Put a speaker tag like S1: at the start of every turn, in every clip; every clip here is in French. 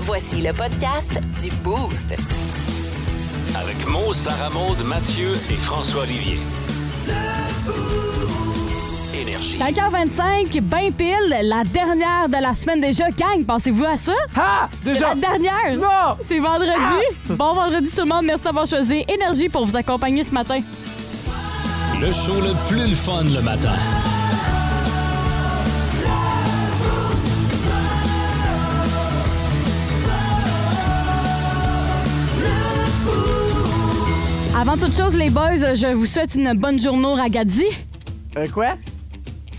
S1: Voici le podcast du Boost.
S2: Avec Mo, Sarah Maud, Mathieu et François Olivier. Énergie.
S3: 5h25, ben pile, la dernière de la semaine déjà. Gang, pensez-vous à ça?
S4: Ah! Déjà!
S3: La dernière!
S4: Non! Ah!
S3: C'est vendredi. Bon vendredi tout le monde. Merci d'avoir choisi Énergie pour vous accompagner ce matin.
S2: Le show le plus le fun le matin.
S3: Avant toute chose, les boys, je vous souhaite une bonne journée Ragazzi.
S4: Euh, quoi?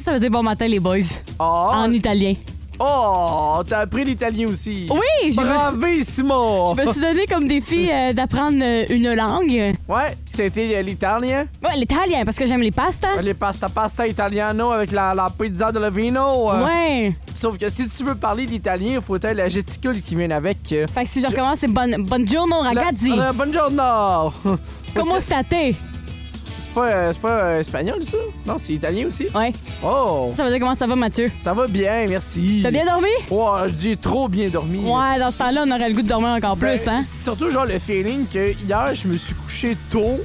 S3: Ça veut dire bon matin, les boys.
S4: Oh!
S3: En italien.
S4: Oh! T'as appris l'italien aussi!
S3: Oui, je me, suis-
S4: Bravissimo!
S3: je me suis donné comme défi euh, d'apprendre euh, une langue.
S4: Ouais, pis c'était euh, l'italien.
S3: Ouais, l'italien, parce que j'aime les pastas.
S4: Les pasta pasta italiano avec la, la pizza de vino. euh.
S3: Ouais.
S4: Sauf que si tu veux parler l'italien, il faut être la gesticule qui vient avec. euh.
S3: Fait que si je recommence, c'est bonne, bonne journée ragazzi.
S4: La- la- Buongiorno!
S3: Comment
S4: C'est-
S3: state?
S4: C'est pas, euh, c'est pas euh, espagnol, ça? Non, c'est italien aussi?
S3: Ouais.
S4: Oh!
S3: Ça veut dire comment ça va, Mathieu?
S4: Ça va bien, merci.
S3: T'as bien dormi?
S4: Oh, je dis trop bien dormi.
S3: Ouais, dans ce temps-là, on aurait le goût de dormir encore
S4: Ben,
S3: plus, hein?
S4: c'est Surtout, genre, le feeling que hier, je me suis couché tôt.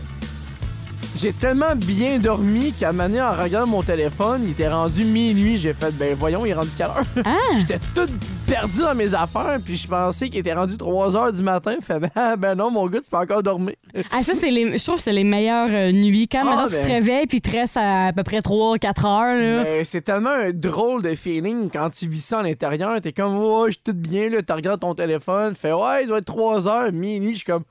S4: J'ai tellement bien dormi qu'à un moment donné, en regardant mon téléphone, il était rendu minuit. J'ai fait, ben voyons, il est rendu quelle heure?
S3: Hein?
S4: J'étais tout perdu dans mes affaires, puis je pensais qu'il était rendu 3 heures du matin. Fait, ben, ben non, mon gars, tu peux encore dormir.
S3: Ah, ça, c'est les, je trouve que c'est les meilleures euh, nuits. Quand
S4: Ah,
S3: maintenant, tu
S4: ben.
S3: te réveilles puis il te reste à, à peu près 3-4 heures, là.
S4: Ben, c'est tellement un drôle de feeling quand tu vis ça à l'intérieur. T'es comme, ouais, je suis tout bien, là. Tu regardes ton téléphone, fait, ouais, il doit être 3 heures, minuit. Je suis comme,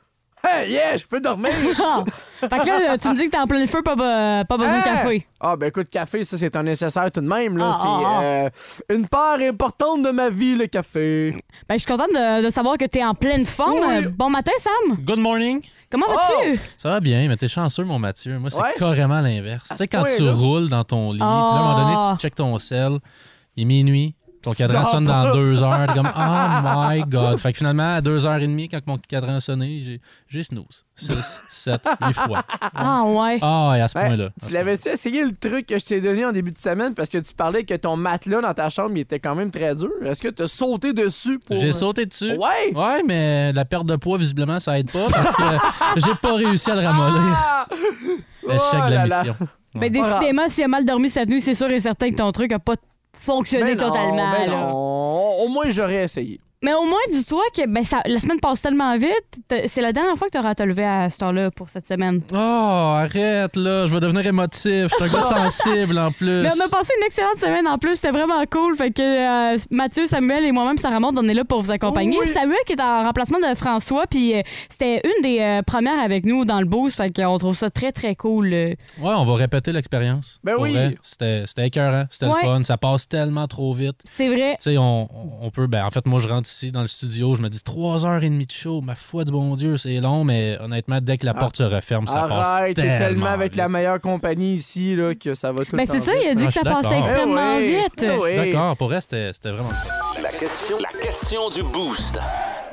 S4: hey, yeah, je peux dormir.
S3: Ah! fait que là, tu me dis que t'es en plein feu, pas, be- pas besoin de
S4: Hein?
S3: café.
S4: Ah, ben écoute, café, ça, c'est un nécessaire tout de même. Là.
S3: Ah,
S4: c'est
S3: ah, ah.
S4: euh, une part importante de ma vie, le café.
S3: Ben, je suis contente de, de savoir que t'es en pleine forme.
S4: Oui.
S3: Euh, Bon matin, Sam.
S5: Good morning.
S3: Comment vas-tu?
S5: Ça va bien, mais t'es chanceux, mon Mathieu. Moi, c'est
S4: Ouais.
S5: carrément l'inverse. Tu
S4: ce
S5: sais, quand tu
S4: point-là.
S5: roules dans ton lit, puis là, à un
S3: Ah.
S5: moment donné, tu checkes ton sel, il est minuit, ton cadran
S4: dors
S5: sonne
S4: pas.
S5: dans deux heures, t'es comme « Oh my God! » Fait que finalement, à deux heures et demie, quand mon cadran a sonné, j'ai- j'ai snooze. Six, sept, huit fois.
S3: Ah, ouais.
S5: Ah, et à ce
S4: Ouais.
S5: point-là. à
S4: Ben, tu
S5: ce
S4: l'avais-tu essayé le truc que je t'ai donné en début de semaine parce que tu parlais que ton matelas dans ta chambre, il était quand même très dur? Est-ce que t'as sauté dessus pour.
S5: point-là. J'ai sauté dessus.
S4: Ouais!
S5: Ouais, mais la perte de poids, visiblement, ça aide pas parce que j'ai pas réussi à le ramollir.
S4: Ah!
S5: L'échec
S4: Oh
S5: de la
S4: là là.
S5: mission.
S3: Ben, décidément, s'il a mal dormi cette nuit, c'est sûr et certain que ton truc a pas fonctionné
S4: Ben non,
S3: totalement.
S4: ben
S3: là.
S4: non. Au moins, j'aurais essayé.
S3: Mais au moins, dis-toi que ben, ça, la semaine passe tellement vite. t'as- C'est la dernière fois que tu auras à te lever à cette heure-là pour cette semaine.
S5: Oh, arrête là, je vais devenir émotif. Je suis un gars sensible en plus.
S3: Mais on a passé une excellente semaine en plus, c'était vraiment cool. Fait que euh, Mathieu, Samuel et moi-même, Sarah Maud, on est là pour vous accompagner.
S4: Oui.
S3: Samuel qui est en remplacement de François, puis euh, c'était une des euh, premières avec nous dans le boost. Fait qu'on trouve ça très très cool. euh.
S5: Ouais, on va répéter l'expérience.
S4: Ben
S5: Pour
S4: oui.
S5: vrai, C'était c'était écœurant, c'était
S3: Ouais.
S5: le fun, ça passe tellement trop vite.
S3: C'est vrai.
S5: Tu sais, on, on peut. Ben, en fait, moi, je rentre ici dans le studio, je me dis 3h30 de show, ma foi du bon Dieu, c'est long, mais honnêtement, dès que la porte se referme, ça passe.
S4: Ah. Arrête, t'es
S5: tellement,
S4: tellement avec
S5: vite.
S4: la meilleure compagnie ici là, que ça va tout
S3: Ben
S4: le temps.
S3: c'est ça, il a dit
S5: Ah,
S3: que ça
S5: je suis
S3: passait
S5: d'accord.
S3: extrêmement
S4: Eh oui.
S3: vite.
S4: Eh oui.
S5: D'accord, pour vrai, c'était c'était vraiment.
S2: La question, la question du Boost.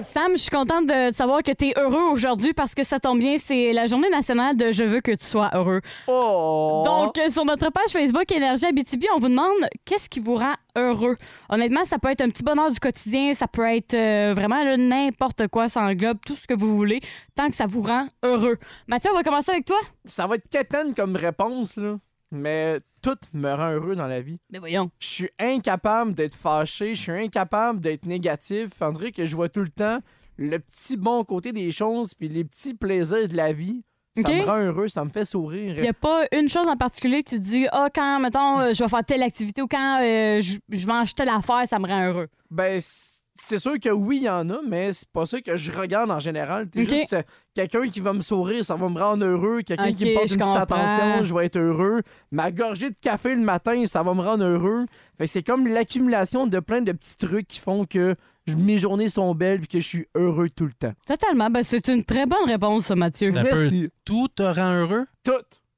S3: Sam, je suis contente de, de savoir que tu es heureux aujourd'hui parce que ça tombe bien, c'est la journée nationale de Je veux que tu sois heureux.
S4: Oh!
S3: Donc, euh, sur notre page Facebook Énergie Abitibi, on vous demande qu'est-ce qui vous rend heureux. Honnêtement, ça peut être un petit bonheur du quotidien, ça peut être euh, vraiment là, n'importe quoi, ça englobe tout ce que vous voulez, tant que ça vous rend heureux. Mathieu, on va commencer avec toi.
S4: ça va être quétaine comme réponse, là. Mais tout me rend heureux dans la vie.
S3: Mais voyons.
S4: Je suis incapable d'être fâché, je suis incapable d'être négatif. On dirait que je vois tout le temps le petit bon côté des choses, puis les petits plaisirs de la vie. Ça
S3: Ok.
S4: me rend heureux, ça me fait
S3: Il n'y
S4: sourire.
S3: a pas une chose en particulier que tu te dis, ah, quand, mettons, euh, je vais faire telle activité ou quand euh, je, je vais acheter telle affaire, ça me rend heureux.
S4: Ben, c- c'est sûr que oui, il y en a, mais c'est pas ça que je regarde en général. T'es
S3: Ok.
S4: juste euh, quelqu'un qui va me sourire, ça va me rendre heureux. Quelqu'un qui
S3: Ok,
S4: me porte
S3: je
S4: une petite
S3: comprends.
S4: attention, je vais être heureux. Ma gorgée de café le matin, ça va me rendre heureux. Fait que c'est comme l'accumulation de plein de petits trucs qui font que je- mes journées sont belles et que je suis heureux tout le temps.
S3: Totalement. Ben, c'est une très bonne réponse, ça, Mathieu.
S5: Ça peut-
S4: Merci.
S5: Tout te rend heureux?
S4: Tout.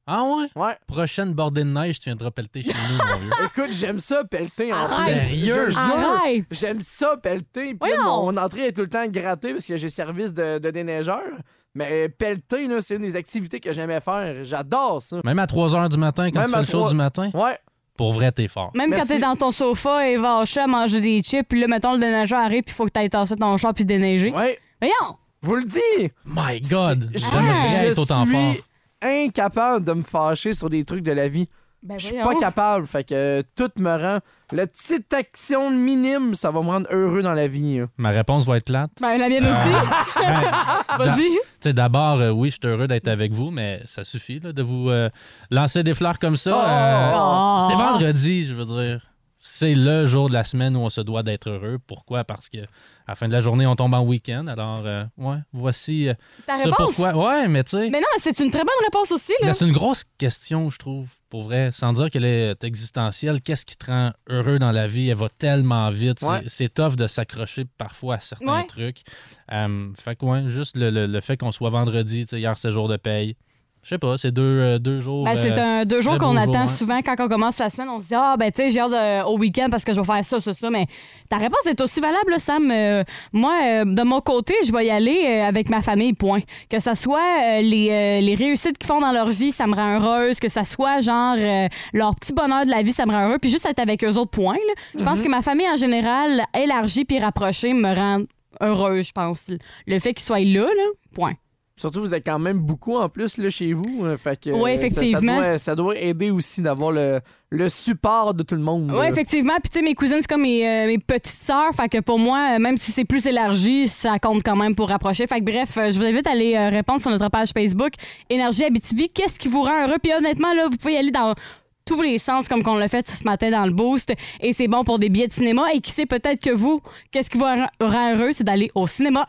S5: Ah ouais?
S4: Ouais.
S5: Prochaine bordée de neige, tu viendras pelleter chez nous, mon vieux.
S4: Écoute, j'aime ça pelleter en
S3: Arrête.
S4: plus.
S5: Sérieux?
S4: Je jure,
S3: Arrête!
S4: J'aime ça pelleter. Puis là,
S3: Voyons.
S4: mon entrée est tout le temps grattée parce que j'ai service de, de déneigeur. Mais pelleter, là, c'est une des activités que j'aimais faire. J'adore ça.
S5: Même à 3 h du matin, quand
S4: Même
S5: tu
S4: à
S5: fais le show
S4: trois-
S5: du matin,
S4: Ouais.
S5: Pour vrai, t'es fort.
S3: Même
S4: Merci.
S3: quand t'es dans ton sofa et vaché à manger des chips, puis là, mettons, le déneigeur arrive, puis faut que t'ailles tasser ton char puis déneiger.
S4: Ouais,
S3: Voyons!
S4: vous le dis!
S5: My God!
S4: Je-
S5: J'aimerais être autant
S4: je
S5: fort.
S4: suis incapable de me fâcher sur des trucs de la vie.
S3: Ben,
S4: Je suis pas capable, fait que euh, tout me rend. La petite action minime, ça va me rendre heureux dans la vie. hein.
S5: Ma réponse va être plate.
S3: Ben, la mienne aussi.
S5: Ben,
S3: Vas-y.
S5: Tu sais, d'abord, euh, oui, je suis heureux d'être avec vous, mais ça suffit là, de vous euh, lancer des fleurs comme ça. Euh,
S3: Oh.
S5: C'est vendredi, je veux dire. C'est le jour de la semaine où on se doit d'être heureux. Pourquoi? Parce que à la fin de la journée, on tombe en week-end. Alors, euh, ouais, voici euh,
S3: Ta
S5: ce
S3: réponse?
S5: pourquoi. Ouais, mais tu sais,
S3: Mais non, mais c'est une très bonne réponse aussi, là.
S5: mais Ben, c'est une grosse question, je trouve, pour vrai. Sans dire qu'elle est existentielle, qu'est-ce qui te rend heureux dans la vie? Elle va tellement vite. C'est-
S4: Ouais.
S5: C'est tough de s'accrocher parfois à certains
S3: Ouais.
S5: trucs. Euh, fait que, ouais, juste le, le- le fait qu'on soit vendredi, tu sais, hier, c'est jour de paye. Je sais pas, c'est deux, euh, deux jours.
S3: Ben, c'est
S5: euh,
S3: un deux jours
S5: très
S3: qu'on
S5: beau jour,
S3: attend
S5: ouais.
S3: souvent quand on commence la semaine. On se dit, ah, ben, tu sais, j'ai hâte euh, au week-end parce que je vais faire ça, ça, ça. Mais ta réponse est aussi valable, là, Sam. Euh, moi, euh, de mon côté, je vais y aller euh, avec ma famille, point. Que ça soit euh, les, euh, les réussites qu'ils font dans leur vie, ça me rend heureuse. Que ça soit, genre, euh, leur petit bonheur de la vie, ça me rend heureux. Puis juste être avec eux autres, point. là. Je pense que ma famille, en général, élargie puis rapprochée, me rend heureuse, je pense. Le fait qu'ils soient là, là, point.
S4: Surtout, vous êtes quand même beaucoup en plus là, chez vous. hein, Fait que, euh,
S3: Ouais,
S4: ça-
S3: effectivement.
S4: Ça, doit, ça doit aider aussi d'avoir le, le support de tout le monde.
S3: Oui,
S4: là.
S3: effectivement. Puis, tu sais, mes cousines, c'est comme mes, euh, mes petites sœurs. Fait que pour moi, euh, même si c'est plus élargi, ça compte quand même pour rapprocher. Fait que bref, euh, je vous invite à aller euh, répondre sur notre page Facebook Énergie Abitibi. Qu'est-ce qui vous rend heureux? Puis honnêtement, là, vous pouvez y aller dans tous les sens comme qu'on l'a fait ce matin dans le boost et c'est bon pour des billets de cinéma et qui sait peut-être que vous qu'est-ce qui vous rend rend heureux c'est d'aller au cinéma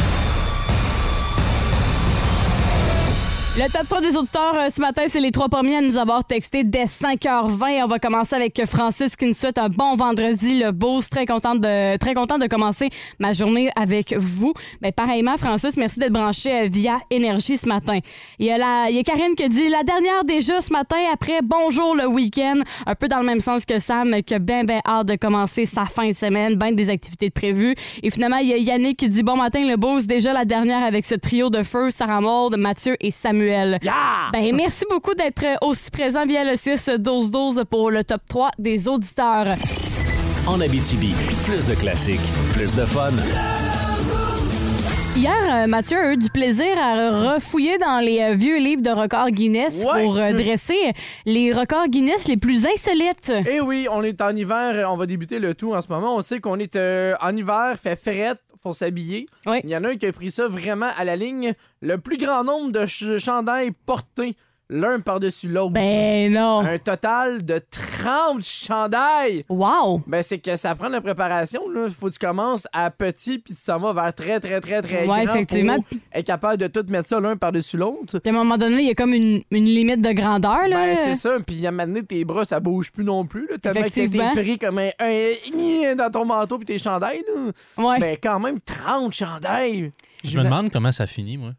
S3: Le top 3 des auditeurs euh, ce matin, c'est les trois premiers à nous avoir texté dès 5h20. On va commencer avec Francis qui nous souhaite un bon vendredi, le boost. Très contente de, très contente de commencer ma journée avec vous. Mais pareillement, Francis, merci d'être branché euh, via Énergie ce matin. Il y, a la, il Euh, y a Karine qui dit la dernière déjà ce matin après bonjour le week-end. Un peu dans le même sens que Sam, qui a bien, bien hâte de commencer sa fin de semaine, bien des activités de prévues. Et finalement, il y a Yannick qui dit bon matin le boost, déjà la dernière avec ce trio de feu, Sarah Maud, Mathieu et Samuel.
S4: Yeah!
S3: Ben, merci beaucoup d'être euh, aussi présent via le 6-12-12 pour le top 3 des auditeurs.
S2: En Abitibi, plus de classiques, plus de fun.
S3: Hier, euh, Mathieu a eu du plaisir à refouiller dans les euh, vieux livres de records Guinness
S4: Ouais. Mm.
S3: pour euh, dresser les records Guinness les plus insolites.
S4: Eh oui, on est en hiver, euh, on va débuter le tout en ce moment. On sait qu'on est euh, en hiver, fait frette, faut s'habiller.
S3: Oui.
S4: Il y en a un qui a pris ça vraiment à la ligne. Le plus grand nombre de ch- chandails portés l'un par-dessus l'autre.
S3: Ben non.
S4: Un total de 30 chandails!
S3: Wow.
S4: Ben, c'est que ça prend de la préparation. Là. Faut que tu commences à petit, puis tu s'en vas vers très, très, très, très
S3: Ouais,
S4: grand
S3: effectivement.
S4: pour être capable de tout mettre ça l'un par-dessus l'autre.
S3: Puis à un moment donné, il y a comme une, une limite de grandeur. Là.
S4: Ben, c'est ça. Puis à un moment donné, tes bras, ça bouge plus non plus. Là. Tellement que t'es
S3: Effectivement.
S4: pris comme un, un- dans ton manteau puis tes chandails. Là.
S3: ouais.
S4: Ben, quand même, 30 chandails!
S5: Je me demande comment ça finit, moi.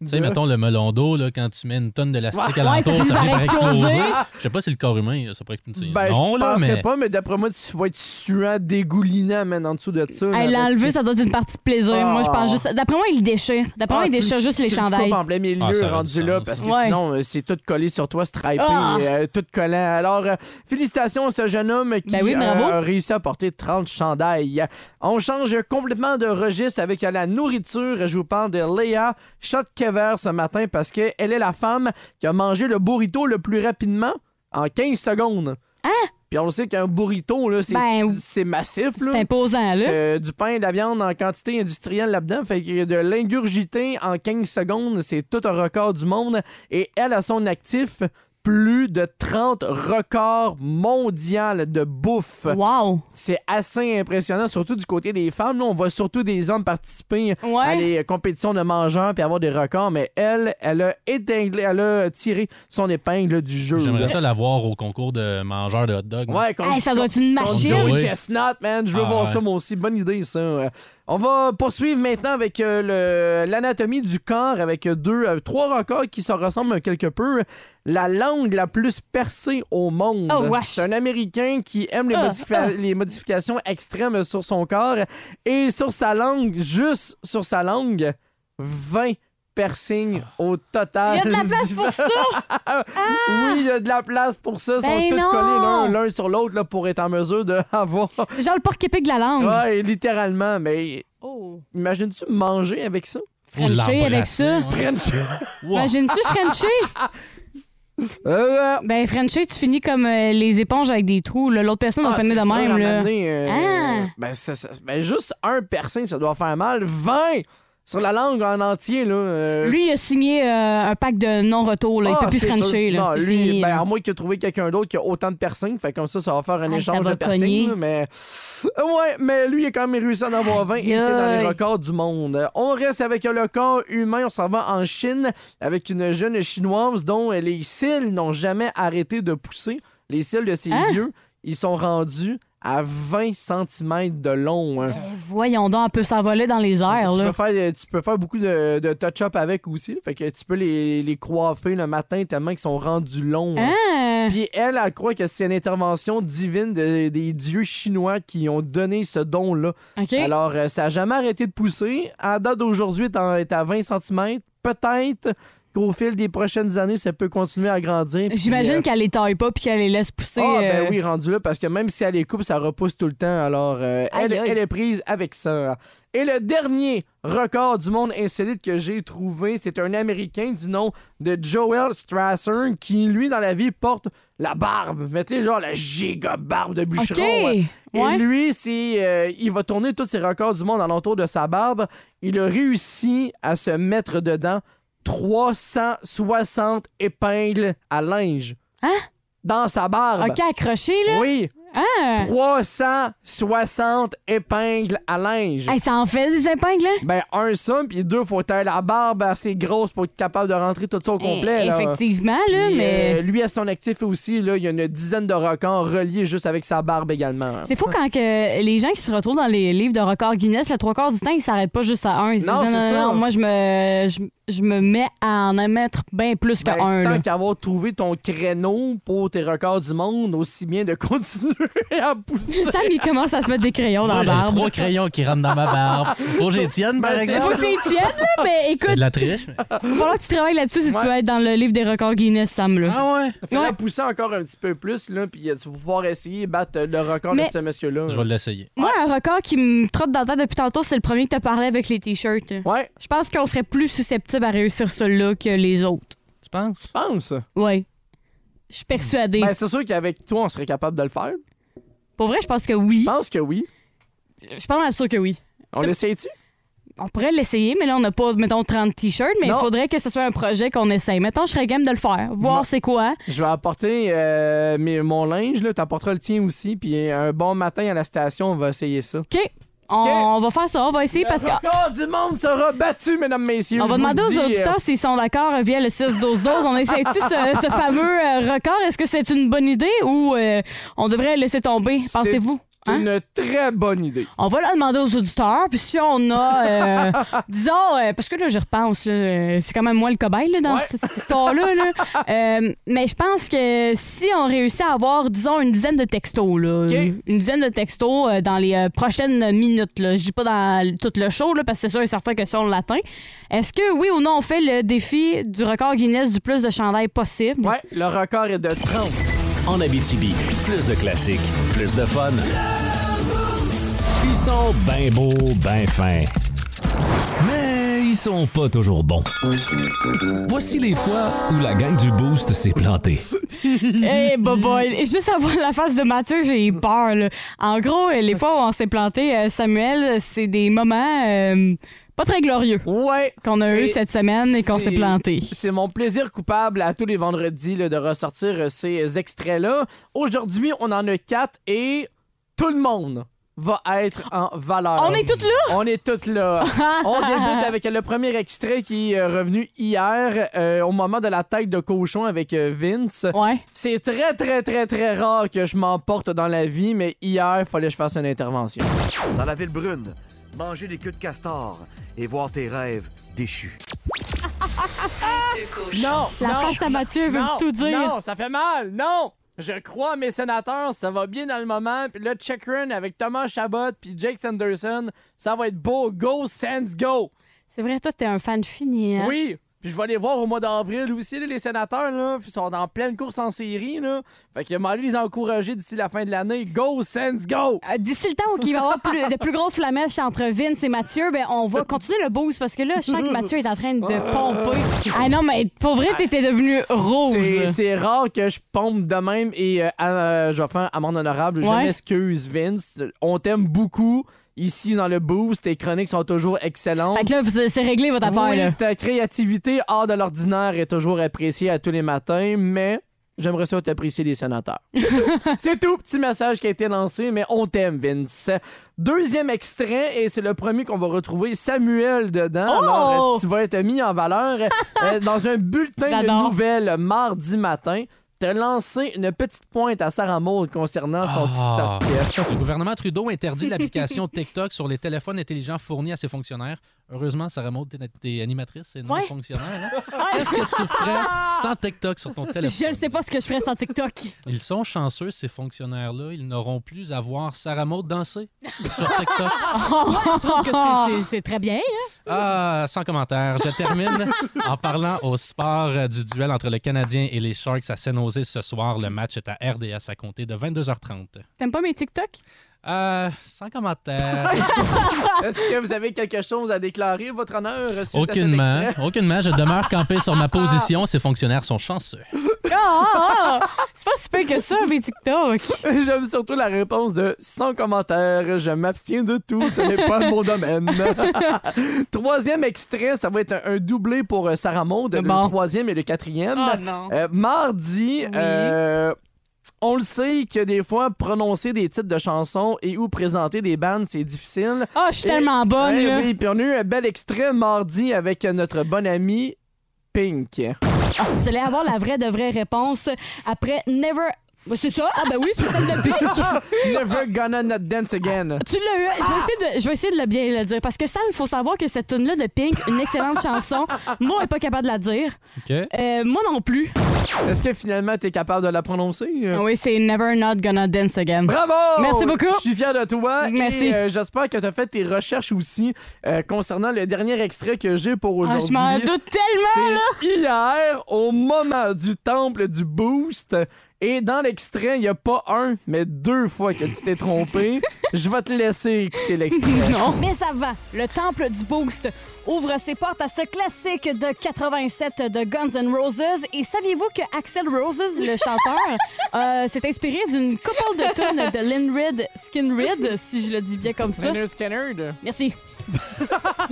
S5: Tu sais, mettons le melon d'eau, là, quand tu mets une tonne d'élastique
S4: Ouais,
S5: à l'entour,
S3: ça finit
S5: ça finit
S3: par
S5: par exploser.
S3: exploser.
S5: Je sais pas si le corps humain, ça pourrait être. tu sais,
S4: Ben,
S5: non,
S4: je
S5: là,
S4: penserais
S5: mais.
S4: pas, mais d'après moi, tu vas être suant, dégoulinant, man, en dessous de ça. là,
S3: Elle
S4: avec-
S3: l'a enlevé, ça doit être une partie de plaisir.
S4: Ah.
S3: Moi, je pense juste. D'après moi, il le déchire. D'après moi,
S4: Ah,
S3: il
S4: tu-
S3: déchire juste les
S4: tu le
S3: chandails.
S4: coupes en plein milieu,
S5: Ah, ça a du
S4: rendu là,
S5: sens.
S4: parce que
S3: Ouais.
S4: sinon, euh, c'est tout collé sur toi, stripé,
S3: Ah.
S4: et, euh, tout collant. Alors, euh, félicitations à ce jeune homme qui euh,
S3: Ben oui, bravo.
S4: a réussi à porter 30 chandails. On change complètement de registre avec euh, la nourriture. Je vous parle de Léa Schotkever ce matin parce qu'elle est la femme qui a mangé le burrito le plus rapidement en 15 secondes.
S3: Hein?
S4: Puis on le sait qu'un burrito, là, c'est
S3: Ben,
S4: c'est massif. là.
S3: C'est imposant, là.
S4: Euh, du pain et de la viande en quantité industrielle là-dedans. Fait que de l'ingurgiter en 15 secondes, c'est tout un record du monde. Et elle a son actif plus de 30 records mondiaux de bouffe.
S3: Wow.
S4: C'est assez impressionnant, surtout du côté des femmes. Nous, on voit surtout des hommes participer
S3: Ouais.
S4: à les compétitions de mangeurs puis avoir des records, mais elle, elle a épinglé, elle a tiré son épingle du jeu. là.
S5: J'aimerais ça l'avoir au concours de mangeurs de hot dog. moi.
S4: Ouais, comme-
S3: Hey, ça doit être une
S4: on
S3: machine.
S4: dit
S5: Joey.
S4: au Chestnut, man. Je veux
S5: Ah,
S4: voir
S5: ouais.
S4: ça, moi aussi. Bonne idée, ça. Euh, On va poursuivre maintenant avec euh, le- l'anatomie du corps, avec euh, deux, euh, trois records qui se ressemblent quelque peu. La langue la plus percée au monde.
S3: Oh, wesh.
S4: C'est un Américain qui aime les,
S3: Ah,
S4: modifi- les modifications extrêmes sur son corps et sur sa langue, juste sur sa langue, 20 piercings au total.
S3: Il y a de la place pour ça!
S4: Oui, il y a de la place pour ça. Ils sont
S3: Ben
S4: tous
S3: non!
S4: collés l'un, l'un sur l'autre là, pour être en mesure d'avoir.
S3: C'est genre le porc épic de la langue.
S4: Ouais, littéralement. Mais
S3: Oh.
S4: imagines-tu manger avec ça?
S3: Frencher avec ça.
S4: French.
S5: Wow.
S3: Imagines-tu Frenchie?
S4: Euh,
S3: ben, Frenchie, tu finis comme euh, les éponges avec des trous. là. L'autre personne, on
S4: ah,
S3: finit
S4: c'est
S3: de
S4: sûr, à un
S3: même.
S4: moment
S3: Là.
S4: donné, euh,
S3: Ah!
S4: ben, ça- ça- ben, juste un piercing, ça doit faire mal. 20 sur la langue en entier. Là, euh,
S3: Lui, il a signé euh, un pack de non-retour. là. Il
S4: ah,
S3: peut plus
S4: c'est sûr.
S3: Frencher. Là.
S4: Non,
S3: C'est
S4: lui,
S3: fini,
S4: ben,
S3: là.
S4: à moins que tu trouvé quelqu'un d'autre qui a autant de piercings. Fait comme ça, ça va faire un
S3: Ah, ça
S4: échange
S3: va
S4: de
S3: cogner.
S4: piercings. là, Mais... Euh, Ouais, mais lui, il a quand même réussi à en avoir 20 et
S3: Aïe,
S4: c'est dans
S3: aïe.
S4: les records du monde. Euh, On reste avec le corps humain. On s'en va en Chine avec une jeune chinoise dont euh, les cils n'ont jamais arrêté de pousser. Les cils de ses
S3: Hein?
S4: yeux, ils sont rendus à 20 cm de long. hein.
S3: Ben, Voyons donc, on peut s'envoler dans les airs.
S4: Tu
S3: Là.
S4: peux, faire, euh, tu peux faire beaucoup de, de touch-up avec aussi. Fait que tu peux les, les coiffer le matin tellement qu'ils sont rendus longs. hein.
S3: Hein?
S4: Puis elle, elle croit que c'est une intervention divine de- des dieux chinois qui ont donné ce don-là.
S3: OK.
S4: Alors, euh, ça n'a jamais arrêté de pousser. À date d'aujourd'hui, elle est en- est à 20 cm. Peut-être qu'au fil des prochaines années, ça peut continuer à grandir. Puis,
S3: J'imagine
S4: euh,
S3: qu'elle les taille pas puis qu'elle les laisse pousser.
S4: ah, ben
S3: euh,
S4: oui, rendu là, parce que même si elle les coupe, ça repousse tout le temps. Alors, euh, elle,
S3: Aïe, aïe.
S4: elle est prise avec ça. Et le dernier record du monde insolite que j'ai trouvé, c'est un Américain du nom de Joel Strasser qui, lui, dans la vie, porte la barbe. Mais tu sais, genre la giga barbe de bûcheron.
S3: OK.
S4: hein. Et
S3: Ouais.
S4: lui, c'est, euh, il va tourner tous ses records du monde alentour de sa barbe. Il a réussi à se mettre dedans 360 épingles à linge.
S3: Hein?
S4: Dans sa barbe.
S3: OK, accroché, là.
S4: Oui,
S3: Hein?
S4: 360 épingles à linge.
S3: Hey, ça en fait des épingles, hein? là?
S4: Ben, un ça, puis deux, faut taire la barbe assez grosse pour être capable de rentrer tout ça au complet.
S3: Eh,
S4: là.
S3: Effectivement, là,
S4: Puis,
S3: mais.
S4: euh, lui, à son actif aussi, là, il y a une dizaine de records reliés juste avec sa barbe également.
S3: C'est fou quand que les gens qui se retrouvent dans les livres de records Guinness, le trois quarts du temps, ils s'arrêtent pas juste à un. Ils se
S4: Non,
S3: disent,
S4: c'est ça.
S3: moi, je me, je, je me mets à en mettre bien plus que
S4: Ben,
S3: un. là.
S4: tant qu'avoir trouvé ton créneau pour tes records du monde, aussi bien de continuer à pousser.
S3: Sam, il commence à se mettre des crayons dans
S5: Moi,
S3: la
S5: j'ai
S3: barbe.
S5: trois crayons qui rentrent dans ma barbe. Roger Étienne, par
S4: Ben, c'est-
S3: Faut
S5: exemple.
S3: que t'y tiennes, là, mais
S5: C'est
S3: Eh, écoute,
S5: de la triche. mais-
S3: il va falloir que tu travailles là-dessus si
S4: Ouais.
S3: tu veux être dans le livre des records Guinness, Sam, là.
S5: Ah ouais.
S4: Fais-la
S3: Ouais.
S4: pousser encore un petit peu plus, là, puis euh, tu vas pouvoir essayer de battre le record
S3: Mais-
S4: de ce monsieur-là.
S5: Je vais l'essayer.
S3: Moi, un record qui me trotte dans la tête depuis tantôt, c'est le premier que t'as parlé avec les t-shirts. là.
S4: Ouais,
S3: Je pense qu'on serait plus susceptible à réussir celui-là que les autres.
S5: Tu penses?
S4: je pense.
S3: Ouais. Je suis persuadée.
S4: Ben, c'est sûr qu'avec toi, on serait capable de le faire.
S3: Pour vrai, je pense que
S4: Je
S3: oui.
S4: pense que oui.
S3: Je suis pas mal sûre que oui.
S4: On
S3: C'est-
S4: l'essaye-tu?
S3: On pourrait l'essayer, mais là, on n'a pas, mettons, 30 t-shirts, mais
S4: Non.
S3: il faudrait que ce soit un projet qu'on essaye. Mettons, je serais game de le faire, voir
S4: Non.
S3: c'est quoi.
S4: Je vais apporter euh, mes- mon linge, là. T'apporteras le tien aussi, puis un bon matin à la station, on va essayer ça.
S3: OK, on,
S4: OK.
S3: on va faire ça, on va essayer parce que.
S4: Le record du monde sera battu, mesdames, messieurs.
S3: On va
S4: je vous
S3: demander
S4: le
S3: aux
S4: dis, euh,
S3: auditeurs s'ils sont d'accord euh, via le 6-12-12. On essaie-tu ce, ce fameux euh, record? Est-ce que c'est une bonne idée ou euh, on devrait laisser tomber,
S4: C'est-
S3: pensez-vous?
S4: C'est
S3: Hein?
S4: une très bonne idée.
S3: On va le demander aux auditeurs. Puis si on a, euh, disons, euh, parce que là, je repense, là, euh, c'est quand même moi le cobaye là, dans
S4: Ouais.
S3: cette, cette histoire-là. là. Euh, mais je pense que si on réussit à avoir, disons, une dizaine de textos, là, euh,
S4: OK.
S3: une dizaine de textos euh, dans les euh, prochaines minutes, là. je dis pas dans tout le show, là, parce que c'est sûr et certain que si on l'atteint, est-ce que oui ou non on fait le défi du record Guinness du plus de chandail possible?
S4: Ouais, le record est de 30.
S2: En Abitibi, plus de classiques, plus de fun. Ils sont bien beaux, bien fins.
S6: Mais ils sont pas toujours bons. Voici les fois où la gang du Boost s'est plantée.
S3: Eh, boboy, juste avant la face de Mathieu, j'ai peur. là. En gros, euh, les fois où on s'est planté, euh, Samuel, c'est des moments euh, pas très glorieux
S4: Ouais.
S3: qu'on a
S4: Et
S3: eu cette semaine et qu'on
S4: c'est-
S3: s'est planté.
S4: C'est mon plaisir coupable à tous les vendredis là, de ressortir euh, ces extraits-là. Aujourd'hui, on en a quatre et tout le monde va être en valeur.
S3: On est toutes là?
S4: On est toutes là. On débute avec le premier extrait qui est euh, revenu hier euh, au moment de la tête de cochon avec euh, Vince.
S3: Ouais.
S4: C'est très, très, très, très rare que je m'emporte dans la vie, mais hier, fallait que je fasse une intervention.
S7: Dans la ville brune, manger des queues de castor et voir tes rêves déchus.
S4: Non!
S3: La
S4: non.
S3: face à Mathieu veut
S4: non,
S3: tout dire.
S4: Non, ça fait mal. Non. Je crois à mes sénateurs, ça va bien dans le moment. Puis le check-run avec Thomas Chabot puis Jake Sanderson, ça va être beau. Go, Sands, go.
S3: C'est vrai, toi, t'es un fan fini, hein?
S4: Oui. Puis je vais aller voir au mois d'avril aussi, là, les sénateurs, là. Ils sont en pleine course en série, là. Fait que m'allez les encourager d'ici la fin de l'année. Go, Sens, go!
S3: Euh, D'ici le temps où il va y avoir plus- de plus grosses flamèches entre Vince et Mathieu, ben on va continuer le boost parce que là, je sens que Mathieu est en train de pomper. Ah non, mais pour vrai, t'étais
S5: Ah,
S3: devenu rouge.
S4: C'est-
S3: là.
S4: C'est rare que je pompe de même et euh, à- euh, je vais faire amende honorable.
S3: Ouais.
S4: Je m'excuse, Vince. On t'aime beaucoup ici dans le boost. Tes chroniques sont toujours excellentes.
S3: Fait que là, vous- c'est réglé votre affaire,
S4: Oui,
S3: là.
S4: ta créativité hors de l'ordinaire est toujours appréciée à tous les matins, mais j'aimerais ça t'apprécier les sénateurs. C'est tout. C'est tout, petit message qui a été lancé, mais on t'aime, Vince. Deuxième extrait, et c'est le premier qu'on va retrouver Samuel dedans.
S3: Oh!
S4: Alors, euh, tu vas être mis en valeur euh, dans un bulletin de
S3: J'adore.
S4: nouvelles mardi matin. T'as lancé une petite pointe à Sarah Maud concernant son
S5: Ah.
S4: TikTok.
S5: Le gouvernement Trudeau interdit l'application TikTok sur les téléphones intelligents fournis à ses fonctionnaires. Heureusement, Sarah Maud, t'es, t'es animatrice et non
S3: Ouais.
S5: fonctionnaire. hein? Qu'est-ce que tu ferais sans TikTok sur ton téléphone?
S3: Je ne sais pas ce que je ferais sans TikTok.
S5: Ils sont chanceux, ces fonctionnaires-là. Ils n'auront plus à voir Sarah Maud danser sur TikTok.
S3: Parce que c'est- c'est- c'est très bien. hein?
S5: Ah, sans commentaire. Je termine en parlant au sport euh, du duel entre le Canadien et les Sharks à San Jose ce soir. Le match est à RDS à compter de 22h30.
S3: T'aimes pas mes TikTok?
S5: Euh, sans commentaire.
S4: Est-ce que vous avez quelque chose à déclarer, votre honneur, suite à cet
S5: Aucunement,
S4: extrait? Ah.
S5: aucunement. Je demeure campé sur ma position. Ces fonctionnaires sont chanceux.
S3: Ah, ah, ah! C'est pas si peu que ça, mes TikTok.
S4: J'aime surtout la réponse de sans commentaire, je m'abstiens de tout, ce n'est pas mon domaine. troisième extrait, ça va être un, un doublé pour euh, Sarah Maud,
S3: Bon. Ah,
S4: le troisième et le quatrième.
S3: non.
S4: Euh, mardi, euh, on le sait que des fois, prononcer des titres de chansons et ou présenter des bandes, c'est difficile.
S3: Ah, je suis tellement bonne,
S4: Eh
S3: là.
S4: oui, puis on a eu un bel extrait mardi avec euh, notre bonne amie Pink.
S3: Vous allez avoir la vraie de vraie réponse après Never. Bah, C'est ça? Ah, ben oui, c'est celle de Pink.
S4: Never gonna not dance again.
S3: tu l'as eu. Je vais, essayer de, je vais essayer de le bien le dire. Parce que ça, il faut savoir que cette tune là de Pink, une excellente chanson, moi, je suis pas capable de la dire.
S5: OK?
S3: Euh, moi non plus.
S4: Est-ce que finalement, t'es capable de la prononcer? euh?
S3: Ah Oui, c'est Never Not Gonna Dance Again.
S4: Bravo!
S3: Merci beaucoup.
S4: Je suis fier de toi.
S3: Merci.
S4: Et, euh, J'espère que tu as fait tes recherches aussi euh, concernant le dernier extrait que j'ai pour
S3: Ah,
S4: aujourd'hui.
S3: je m'en doute tellement!
S4: C'est hier, au moment du temple du boost, et dans l'extrait, il n'y a pas un, mais deux fois que tu t'es trompé. Je vais te laisser écouter l'extrait.
S3: Mais avant, le temple du Boost ouvre ses portes à ce classique de 87 de Guns N' Roses. Et saviez-vous que Axel Roses, le chanteur, euh, s'est inspiré d'une couple de tunes de Lynn Reed, Skin Reed, si je le dis bien comme ça. Merci.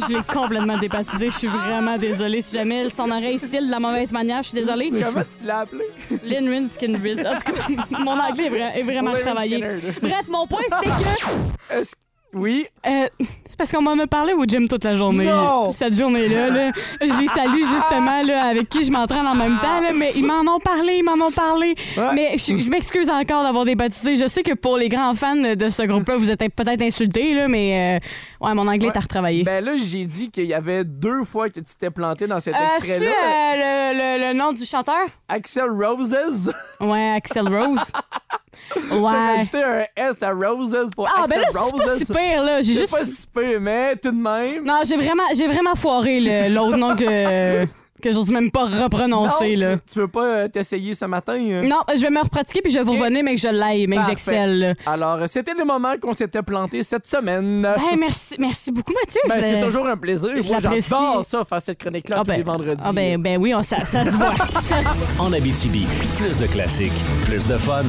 S3: je l'ai complètement débaptisé. Je suis vraiment désolée. Si jamais son oreille cille de la mauvaise manière, je suis désolée.
S4: Comment tu l'as appelé?
S3: Lynn Reed, Skin Reed. En tout cas, mon anglais est, vra- est vraiment
S4: Lynn
S3: travaillé.
S4: Skinner.
S3: Bref, mon point, c'était que...
S4: Est-ce- Oui,
S3: Euh, c'est parce qu'on m'en a parlé au gym toute la journée.
S4: Non!
S3: Cette journée-là, là, j'ai salué justement là, avec qui je m'entraîne en même temps, là, mais ils m'en ont parlé, ils m'en ont parlé.
S4: Ouais.
S3: Mais je, je m'excuse encore d'avoir débaptisé. Je sais que pour les grands fans de ce groupe-là, vous êtes peut-être insultés, là, mais euh, ouais, mon anglais est à retravailler.
S4: ben là, j'ai dit qu'il y avait deux fois que tu t'es planté dans cet
S3: Euh, c'est
S4: extrait-là.
S3: euh, le, le- le nom du chanteur?
S4: Axel Roses.
S3: Ouais, Axel Rose.
S4: T'as
S3: euh, Ouais.
S4: rajouté un S à Roses pour
S3: Ah, ben
S4: Axel
S3: là, c'est
S4: Roses.
S3: pas si pire, là. J'ai
S4: C'est
S3: juste.
S4: pas si peu, mais tout de même.
S3: Non, j'ai vraiment, j'ai vraiment foiré le- l'autre nom que, que j'ose même pas reprononcer,
S4: Non,
S3: là.
S4: Tu, tu veux pas euh, t'essayer ce matin? euh?
S3: Non, je vais me repratiquer puis je vais vous
S4: Ok.
S3: revenir, mais que je l'aille, mais que
S4: Parfait.
S3: j'excelle. là.
S4: Alors, euh, c'était le moment qu'on s'était planté cette semaine.
S3: Ben, merci, merci beaucoup, Mathieu. Je
S4: Ben, c'est
S3: l'ai-
S4: toujours un plaisir.
S3: je
S4: Moi,
S3: l'apprécie.
S4: j'adore ça, faire cette chronique-là
S3: Ah
S4: tous les
S3: ben,
S4: vendredis.
S3: ah ben, ben oui, on- ça, ça se voit.
S2: Ah, En Abitibi, plus de classiques, plus de fun.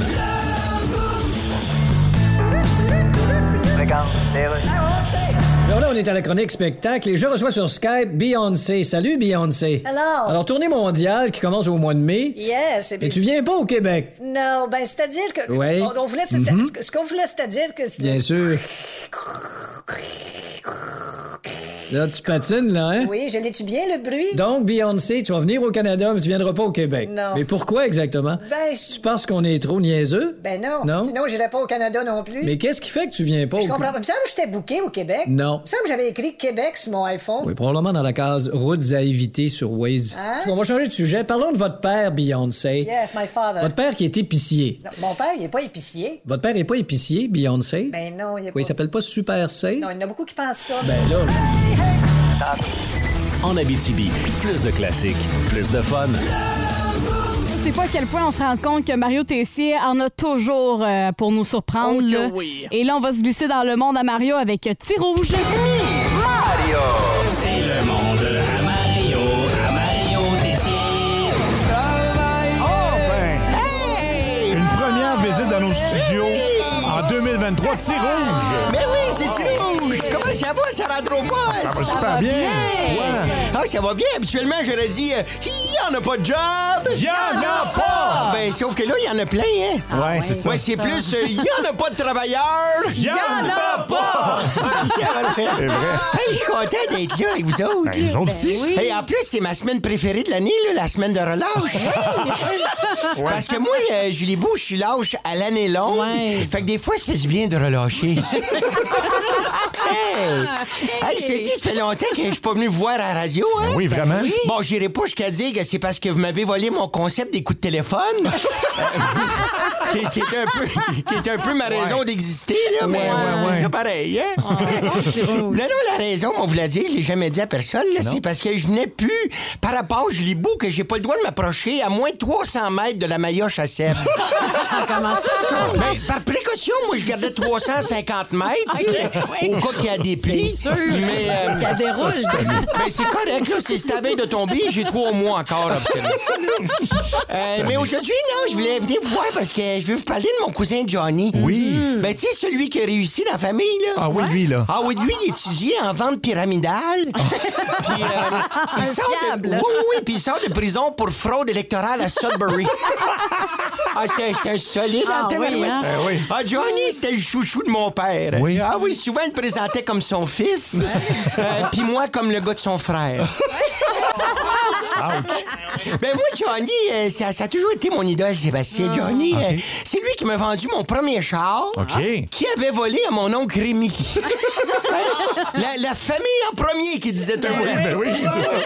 S8: Alors là, on est à la chronique spectacle et je reçois sur Skype Beyoncé. Salut Beyoncé.
S9: Hello.
S8: Alors, tournée mondiale qui commence au mois de mai.
S9: Yes, et
S8: Et
S9: puis...
S8: tu viens pas au Québec,
S9: Non, ben, c'est-à-dire que...
S8: Ouais. Mm-hmm.
S9: On, on voulait... c'est- c'est- Ce qu'on voulait, c'est-à-dire que... c'est-
S8: bien sûr. Là, tu patines, là, hein?
S9: Oui, je l'ai-tu bien, le bruit?
S8: Donc, Beyoncé, tu vas venir au Canada, mais tu viendras pas au Québec.
S9: Non.
S8: Mais pourquoi exactement?
S9: Ben,
S8: Tu penses qu'on est trop niaiseux?
S9: ben non.
S8: Non?
S9: Sinon, j'irais pas au Canada non plus.
S8: Mais qu'est-ce qui fait que tu viens pas
S9: Je
S8: au
S9: comprends pas. Il me semble que j'étais booké au Québec. Il
S8: Non.
S9: me semble que j'avais écrit Québec sur mon iPhone.
S8: Oui, probablement dans la case routes à éviter sur Waze.
S9: Hein?
S8: En tout cas, On va changer de sujet. Parlons de votre père, Beyoncé.
S9: Yes, my father.
S8: Votre père qui est épicier.
S9: Non, mon père, il est pas épicier.
S8: Votre père n'est pas épicier, Beyoncé?
S9: Ben non, il est
S8: Quoi, il
S9: pas...
S8: s'appelle Ben, pas Super C?
S9: Non, il y en a beaucoup qui pensent ça.
S8: Ben là, je-
S2: En Abitibi, plus de classiques, plus de fun.
S3: Je sais pas à quel point on se rend compte que Mario Tessier en a toujours euh, pour nous surprendre.
S4: Oh que
S3: là.
S4: oui.
S3: Et là, on va se glisser dans le monde à Mario avec euh, Tir Rouge.
S2: C'est le monde à Mario, à Mario Tessier.
S10: Oh, ben. Une première visite dans nos studios en 2023, Tir Rouge.
S11: Mais oui, c'est Thierry Rouge. Comment ça va, Sarah Dropos?
S10: Ça va super bien. Ouais.
S11: Ah, ça va bien. Habituellement, j'aurais dit, euh, il y en a pas de job.
S10: Il y en a pas!
S11: Ben, sauf que là, il y en a plein, hein?
S10: Ah Ouais, c'est ça.
S11: Ouais, c'est plus, euh, il y en a pas de travailleurs.
S10: Il y en a pas!
S11: Il y en a plein.
S10: C'est vrai.
S11: Hey, je suis content d'être là avec vous autres.
S10: Ben, nous autres aussi.
S11: Hey, en plus, c'est ma semaine préférée de l'année, là, la semaine de relâche. Parce que moi, euh, Julie Bou, je suis lâche à l'année longue.
S12: Ouais.
S11: Fait que des fois, ça fait du bien de relâcher. hey! Hey, je te dis, ça fait longtemps que je suis pas venu vous voir à la radio. Hein?
S10: Oui, vraiment.
S11: Bon, j'irai pas jusqu'à dire que c'est parce que vous m'avez volé mon concept des coups de téléphone. Euh, qui, qui était un peu, qui était un peu ma raison d'exister, là. mais
S10: ouais, ouais.
S11: c'est ça pareil,
S3: Ah,
S11: hein?
S12: Ah.
S11: non, non, la raison, on vous l'a dit, je l'ai jamais dit à personne, là, c'est parce que je n'ai plus, par rapport à Julie Bou, que j'ai pas le droit de m'approcher à moins de 300 mètres de la Maillotche à Sèvres.
S12: Comment ça?
S11: Ben, par précaution, moi, je gardais 350 mètres, tu sais, au cas qu'il y a des
S12: C'est
S11: plis.
S12: sûr.
S11: Mais, euh,
S12: Qu'il y a des rouges.
S11: ben, c'est correct, là. C'est c'est la veille de tomber. J'ai trois mois encore, absolument. Euh, mais aujourd'hui, non, je voulais venir vous voir parce que je veux vous parler de mon cousin Johnny.
S10: Oui.
S11: Ben, tu sais, celui qui a réussi dans la famille, là.
S10: Ah oui, lui, là. Ah.
S11: Ah oui, lui, il étudiait en vente pyramidale. puis, euh, il sort de...
S12: fiable.
S11: Oui, oui, oui, puis il sort de prison pour fraude électorale à Sudbury. ah, c'était c'était un solide
S12: Ah
S11: en tabarouette.
S12: oui, hein?
S10: Ben oui.
S11: Ah, Johnny, c'était le chouchou de mon père.
S10: Oui.
S11: Ah oui, souvent, il me présentait comme son fils, euh, puis moi comme le gars de son frère.
S10: Ouch.
S11: Ben moi, Johnny, euh, ça, ça a toujours été mon idole, Sébastien. Johnny, euh,
S10: Ah. Ok.
S11: c'est lui qui m'a vendu mon premier char.
S10: OK.
S11: Qui avait volé à mon oncle Rémi. la, la famille en premier qui disait un
S10: Oui,
S11: mot.
S10: ben oui, c'est ça.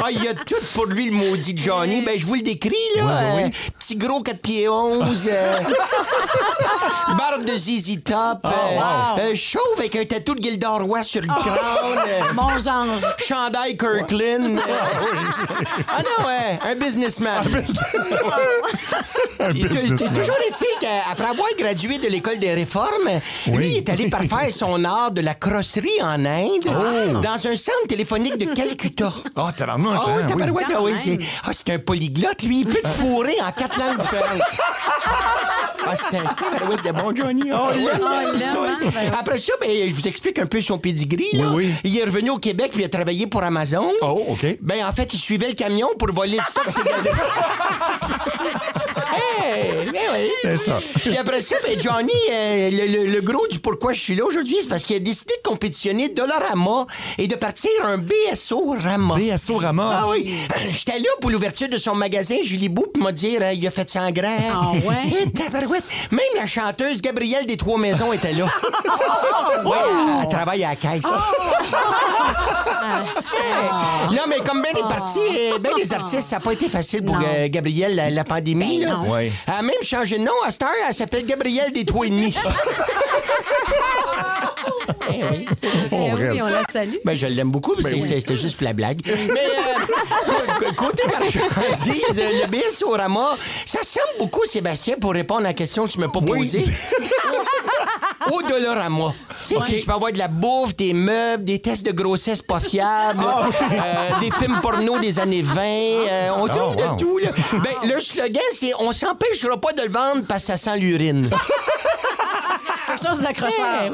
S11: Ah, il y a tout pour lui, le maudit Johnny. Ben, je vous le décris, là.
S10: Ouais, ouais,
S11: Euh,
S10: oui.
S11: Petit gros 4 pieds 11. euh, barbe de ZZ Top.
S10: Ah,
S11: euh,
S12: wow.
S11: euh, chauve avec un tatou de Gildor Roy sur le crâne. euh,
S12: Mon genre.
S11: Chandail Kirkland. euh. ah non, ouais, un businessman.
S10: Un
S11: Et tu- t'es
S10: businessman.
S11: toujours est-il qu'après avoir gradué de l'école des réformes, lui
S10: Oui.
S11: est allé parfaire son art de la crosserie en Inde
S10: Oh.
S11: dans un centre téléphonique de Calcutta.
S10: Ah, tabarnouche,
S11: Ah oui,
S10: hein, oui.
S11: tabarouette, ah oui, c'est ah, c'est un polyglotte, lui. Il peut te fourrer en quatre langues différentes. Ah, c'est un tabarouette de bon Johnny. Oh, il l'aime,
S12: Oh, il l'aime, hein, ben oui.
S11: Après ça, ben, je vous explique un peu son pedigree. là.
S10: Oui, oui.
S11: Il est revenu au Québec puis il a travaillé pour Amazon.
S10: Oh, OK.
S11: Ben, en fait, il suivait le camion pour voler le stock. C'est Hey, ben oui.
S10: C'est ça.
S11: Puis après ça, ben Johnny, euh, le, le- le gros du pourquoi je suis là aujourd'hui, c'est parce qu'il a décidé de compétitionner Dollarama et de partir un BSO Rama.
S10: BSO Rama.
S11: Ah oui. J'étais là pour l'ouverture de son magasin, Julie Bou, pour me dire, euh, il a fait 100 grands.
S12: Ah ouais?
S11: Eh, tabarouette. Même la chanteuse Gabrielle des Trois Maisons était là. ouais, elle, elle travaille à la caisse.
S12: Ah!
S11: Ah, Hey. Non, mais comme bien des parties, euh, ben des artistes, ça n'a pas été facile pour
S12: Ah! Non.
S11: euh, Gabrielle, la, la pandémie.
S12: Ben
S11: là.
S12: non.
S10: Ouais.
S11: Elle a même changé de nom. À cette heure, elle s'appelle Gabrielle des Trois et demi. Eh oui.
S10: On
S12: Eh oui,
S10: reste.
S12: on la salue.
S11: Ben, je l'aime beaucoup, mais c'est- c'est- c'était juste pour la blague. Mais euh, cô- cô- côté marchandise, euh, le BSORama, ça semble beaucoup, Sébastien, pour répondre à la question que tu m'as pas
S10: Oui.
S11: posée. Au Dollarama. Tu sais, tu- tu peux avoir de la bouffe, des meubles, des tests de grossesse pas fiables,
S10: Oh.
S11: euh, des films porno des années 20. euh, on trouve
S10: Oh, wow.
S11: de tout. Là. Ben, le slogan, c'est « On s'empêchera pas de le vendre parce que ça sent l'urine ».
S12: Quelque chose d'accrocheur.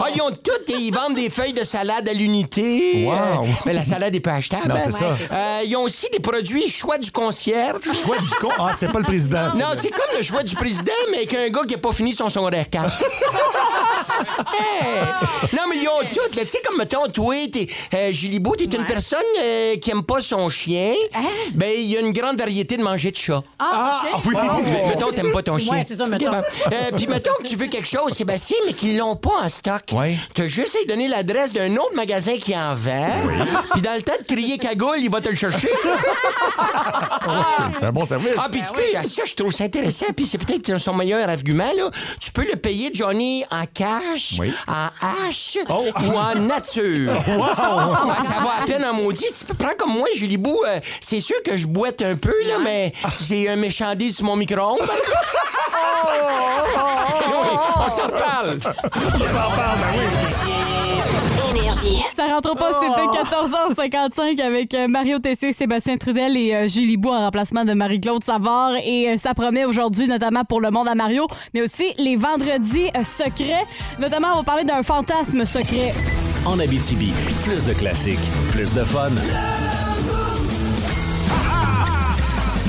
S11: Ah, ils ont tout et ils vendent des feuilles de salade à l'unité.
S10: Wow.
S11: Euh, mais la salade est pas achetable.
S10: Non,
S11: hein?
S10: c'est ça.
S11: Euh, ils ont aussi des produits choix du concierge.
S10: Ouais, du con. Ah, c'est pas le président.
S11: Non, c'est comme le choix du président, mais qu'un gars qui n'a pas fini son secondaire 4. Hey! Non, mais ils ont tout. là. Tu sais, comme, mettons, toi, t'es, euh, Julie Beau, t'es une personne euh, qui aime pas son chien.
S10: Hein?
S11: Ben, il y a une grande variété de manger de chat.
S12: Ah, ok.
S10: oui.
S11: Oh. Mettons, t'aimes pas ton chien.
S12: Ouais, c'est ça, mettons.
S11: Euh, Puis mettons que tu veux quelque chose, Sébastien, mais qu'ils l'ont pas en stock.
S10: Ouais.
S11: T'as juste à lui donner l'adresse d'un autre magasin qui en vend. Puis dans le temps de crier cagoule, il va te le chercher.
S10: C'est un bon service.
S11: Ah, puis tu peux, ça, je trouve ça intéressant. Puis c'est peut-être son meilleur argument, là. Tu peux le payer, Johnny, en cash vache,
S13: Oui.
S11: en hache ou en nature.
S13: Wow!
S11: Ouais, ça va à peine en maudit. Tu peux- prends comme moi, Julie Bou. euh, c'est sûr que je boite un peu, là, mais j'ai un méchant dé sur mon micro-ondes. Oui, on s'en reparle. On s'en parle,
S3: Ça rentre pas,
S4: Oh.
S3: c'était 14h55 avec euh, Mario Tessier, Sébastien Trudel et euh, Julie Bou en remplacement de Marie-Claude Savard. Et euh, ça promet aujourd'hui, notamment pour le monde à Mario, mais aussi les vendredis euh, secrets. Notamment, on va parler d'un fantasme secret.
S2: En Abitibi, plus de classiques, plus de fun.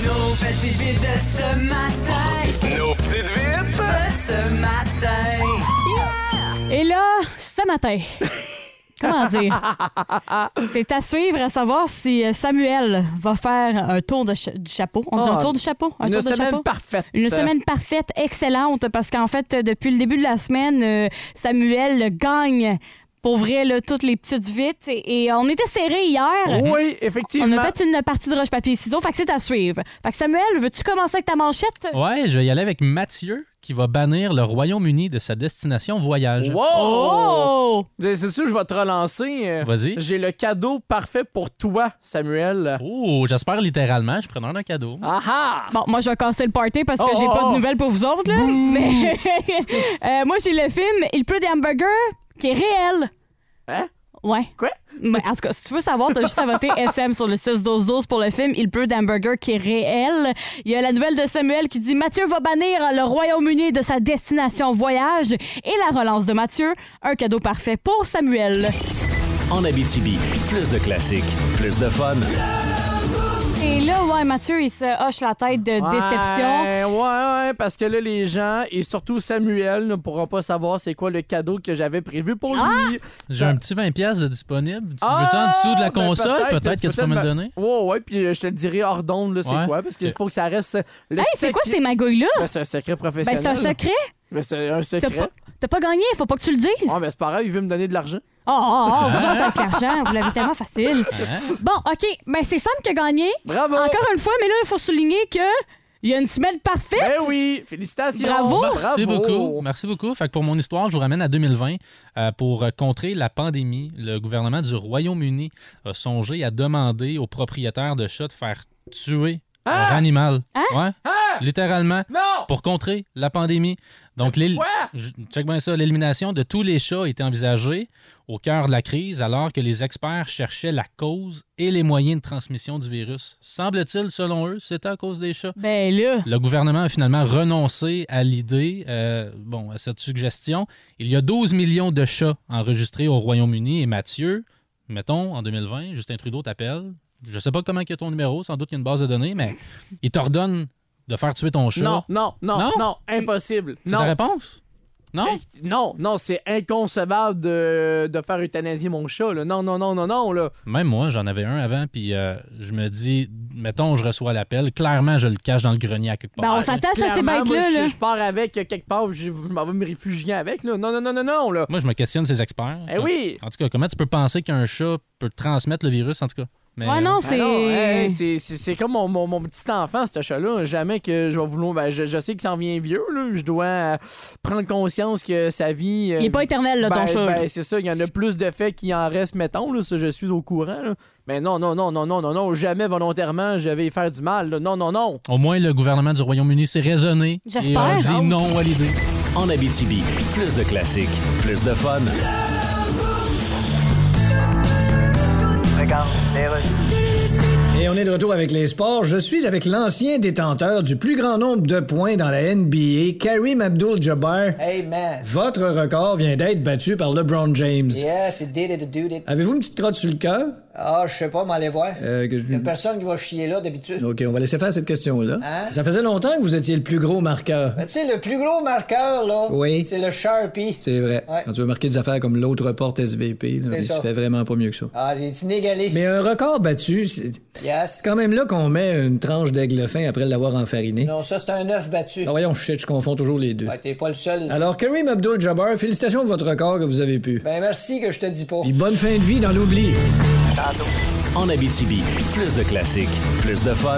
S12: Nos petites vites de ce matin. Nos petites vites de ce matin.
S3: Et là, ce matin, comment dire? C'est à suivre, à savoir si euh, Samuel va faire un tour de cha- du chapeau. On dit
S4: Ah,
S3: un tour du chapeau? Un
S4: une
S3: tour de
S4: semaine
S3: chapeau?
S4: parfaite.
S3: Une semaine parfaite, excellente, parce qu'en fait, euh, depuis le début de la semaine, euh, Samuel gagne. Pour vrai, là, toutes les petites vites. Et, et on était serré hier.
S4: Oui, effectivement.
S3: On a fait une partie de roche-papier-ciseaux. Fait que c'est à suivre. Fait que Samuel, veux-tu commencer avec ta manchette?
S5: Ouais, je vais y aller avec Mathieu qui va bannir le Royaume-Uni de sa destination voyage.
S4: Wow!
S3: Oh!
S4: C'est c'est sûr, je vais te relancer. euh,
S5: Vas-y.
S4: J'ai le cadeau parfait pour toi, Samuel.
S5: Oh, j'espère littéralement, je suis preneur d'un cadeau.
S4: Ah ah!
S3: Bon, moi, je vais casser le party parce que
S5: Oh,
S3: j'ai
S5: oh,
S3: pas
S5: oh.
S3: de nouvelles pour vous autres, là. Mais euh, moi, j'ai le film Il pleut des hamburgers qui est réel.
S4: Hein?
S3: Ouais.
S4: Quoi?
S3: en tout cas, si tu veux savoir, t'as juste à voter SM sur le 6-12-12 pour le film Il pleut d'hamburger qui est réel. Il y a la nouvelle de Samuel qui dit Mathieu va bannir le Royaume-Uni de sa destination voyage et la relance de Mathieu. Un cadeau parfait pour Samuel.
S2: En Abitibi, plus de classiques, plus de fun.
S3: Et là, ouais, Mathieu, il se hoche la tête de déception.
S4: Ouais, ouais, ouais, parce que là, les gens, et surtout Samuel, ne pourront pas savoir c'est quoi le cadeau que j'avais prévu pour lui.
S3: Ah!
S5: J'ai un petit 20$ piastres de disponible. Tu
S4: Ah,
S5: veux-tu en dessous de la
S4: ben,
S5: console? Peut-être que tu peux me le
S4: ben,
S5: donner.
S4: Ouais, ouais, puis euh, je te le dirai hors d'onde, là, c'est
S5: Ouais.
S4: quoi, parce qu'il
S5: Ok.
S4: faut que ça reste euh, le
S3: Hey, c'est quoi
S4: secret-
S3: ces magouilles-là?
S4: Ben, c'est un secret
S3: Ben,
S4: professionnel.
S3: c'est un secret.
S4: Ben, c'est un
S3: T'as
S4: secret.
S3: pas, t'as pas gagné, faut pas que tu le dises.
S4: Ouais, mais c'est pas grave, il veut me donner de l'argent.
S3: Oh, oh, oh, vous autres avec l'argent, vous l'avez tellement facile.
S4: Hein?
S3: Bon, OK, ben c'est Sam qui a gagné.
S4: Bravo!
S3: Encore une fois, mais là, il faut souligner que il y a une semaine parfaite.
S4: Ben oui, félicitations.
S3: Bravo!
S5: Merci
S4: Bravo.
S5: beaucoup. Merci beaucoup. Fait que pour mon histoire, je vous ramène à 2020. Euh, pour euh, contrer la pandémie, le gouvernement du Royaume-Uni a songé à demander aux propriétaires de chats de faire tuer leur animal.
S3: Hein?
S5: Ouais. Littéralement. Pour contrer la pandémie. Donc, l'él- J- check bien ça. L'élimination de tous les chats était envisagée au cœur de la crise, alors que les experts cherchaient la cause et les moyens de transmission du virus. Semble-t-il, selon eux, c'était à cause des chats.
S3: Ben là.
S5: Le gouvernement a finalement renoncé à l'idée, euh, bon, à cette suggestion. Il y a 12 millions de chats enregistrés au Royaume-Uni et Mathieu, mettons, en 2020, Justin Trudeau t'appelle. Je sais pas comment est ton numéro, sans doute qu'il y a une base de données, mais il t'ordonne de faire tuer ton chat.
S4: Non, non, non, non,
S5: Non?
S4: impossible.
S5: C'est
S4: non.
S5: ta réponse? Non?
S4: Eh, Non, non, c'est inconcevable de, de faire euthanasier mon chat, là. Non, non, non, non, non, là.
S5: Même moi, j'en avais un avant, puis euh, je me dis, mettons, je reçois l'appel. Clairement, je le cache dans le grenier à quelque part.
S3: Ben, on s'attache à ces
S4: Clairement, moi,
S3: bêtes-là,
S4: je-
S3: là.
S4: Je pars avec euh, quelque part, je, je m'en vais me réfugier avec, là. Non, non, non, non, non, là.
S5: Moi, je me questionne ces experts.
S4: Eh oui!
S5: En tout cas, comment tu peux penser qu'un chat peut transmettre le virus, en tout cas? Mais,
S3: Ouais, non,
S5: euh,
S3: c'est-
S4: Ah non, hey, c'est- c'est c'est comme mon, mon- mon petit enfant, ce chat-là. Jamais que je vais vouloir. ben, je, je sais qu'il s'en vient vieux, là. Je dois euh, prendre conscience que sa vie. euh,
S3: Il est pas éternel, là, ton
S4: ben,
S3: chat, là.
S4: ben, c'est ça. Il y en a plus de faits qu'il en reste, mettons, là. Ça, je suis au courant, là. Mais non, non, non, non, non, non, non. Jamais volontairement, je vais y faire du mal, là. Non, non, non.
S5: Au moins, le gouvernement du Royaume-Uni s'est raisonné et
S4: J'espère.
S5: a dit non à l'idée.
S2: En Abitibi, plus de classiques, plus de fun.
S8: Et on est de retour avec les sports. Je suis avec l'ancien détenteur du plus grand nombre de points dans la NBA, Karim Abdul-Jabbar.
S9: Hey, man.
S8: Votre record vient d'être battu par LeBron James.
S9: Yes, it did it, it did it.
S8: Avez-vous une petite crotte sur le cœur?
S9: Ah, je sais pas, mais allez voir.
S8: Euh, que je-
S9: Y a personne qui va chier là d'habitude.
S8: OK, on va laisser faire cette question-là.
S9: Hein?
S8: Ça faisait longtemps que vous étiez le plus gros marqueur.
S9: Ben, tu sais, le plus gros marqueur, là,
S8: Oui.
S9: c'est le Sharpie.
S8: C'est vrai.
S9: Ouais.
S8: Quand tu veux marquer des affaires comme l'autre porte SVP, là,
S9: C'est
S8: il se
S9: ça.
S8: fait vraiment pas mieux que ça.
S9: Ah, j'ai dit inégalé.
S8: Mais un record battu, c'est
S9: Yes.
S8: c'est quand même là qu'on met une tranche d'aigle fin après l'avoir enfariné.
S9: Non, ça, c'est un œuf battu.
S8: Ah, voyons, shit, je confonds toujours les deux.
S9: Ouais, t'es pas le seul.
S8: Alors, Karim Abdul-Jabbar, félicitations pour votre record que vous avez pu.
S9: Ben, merci que je te dis pas.
S8: Puis bonne fin de vie dans l'oubli.
S2: En Abitibi, plus de classiques, plus de fun.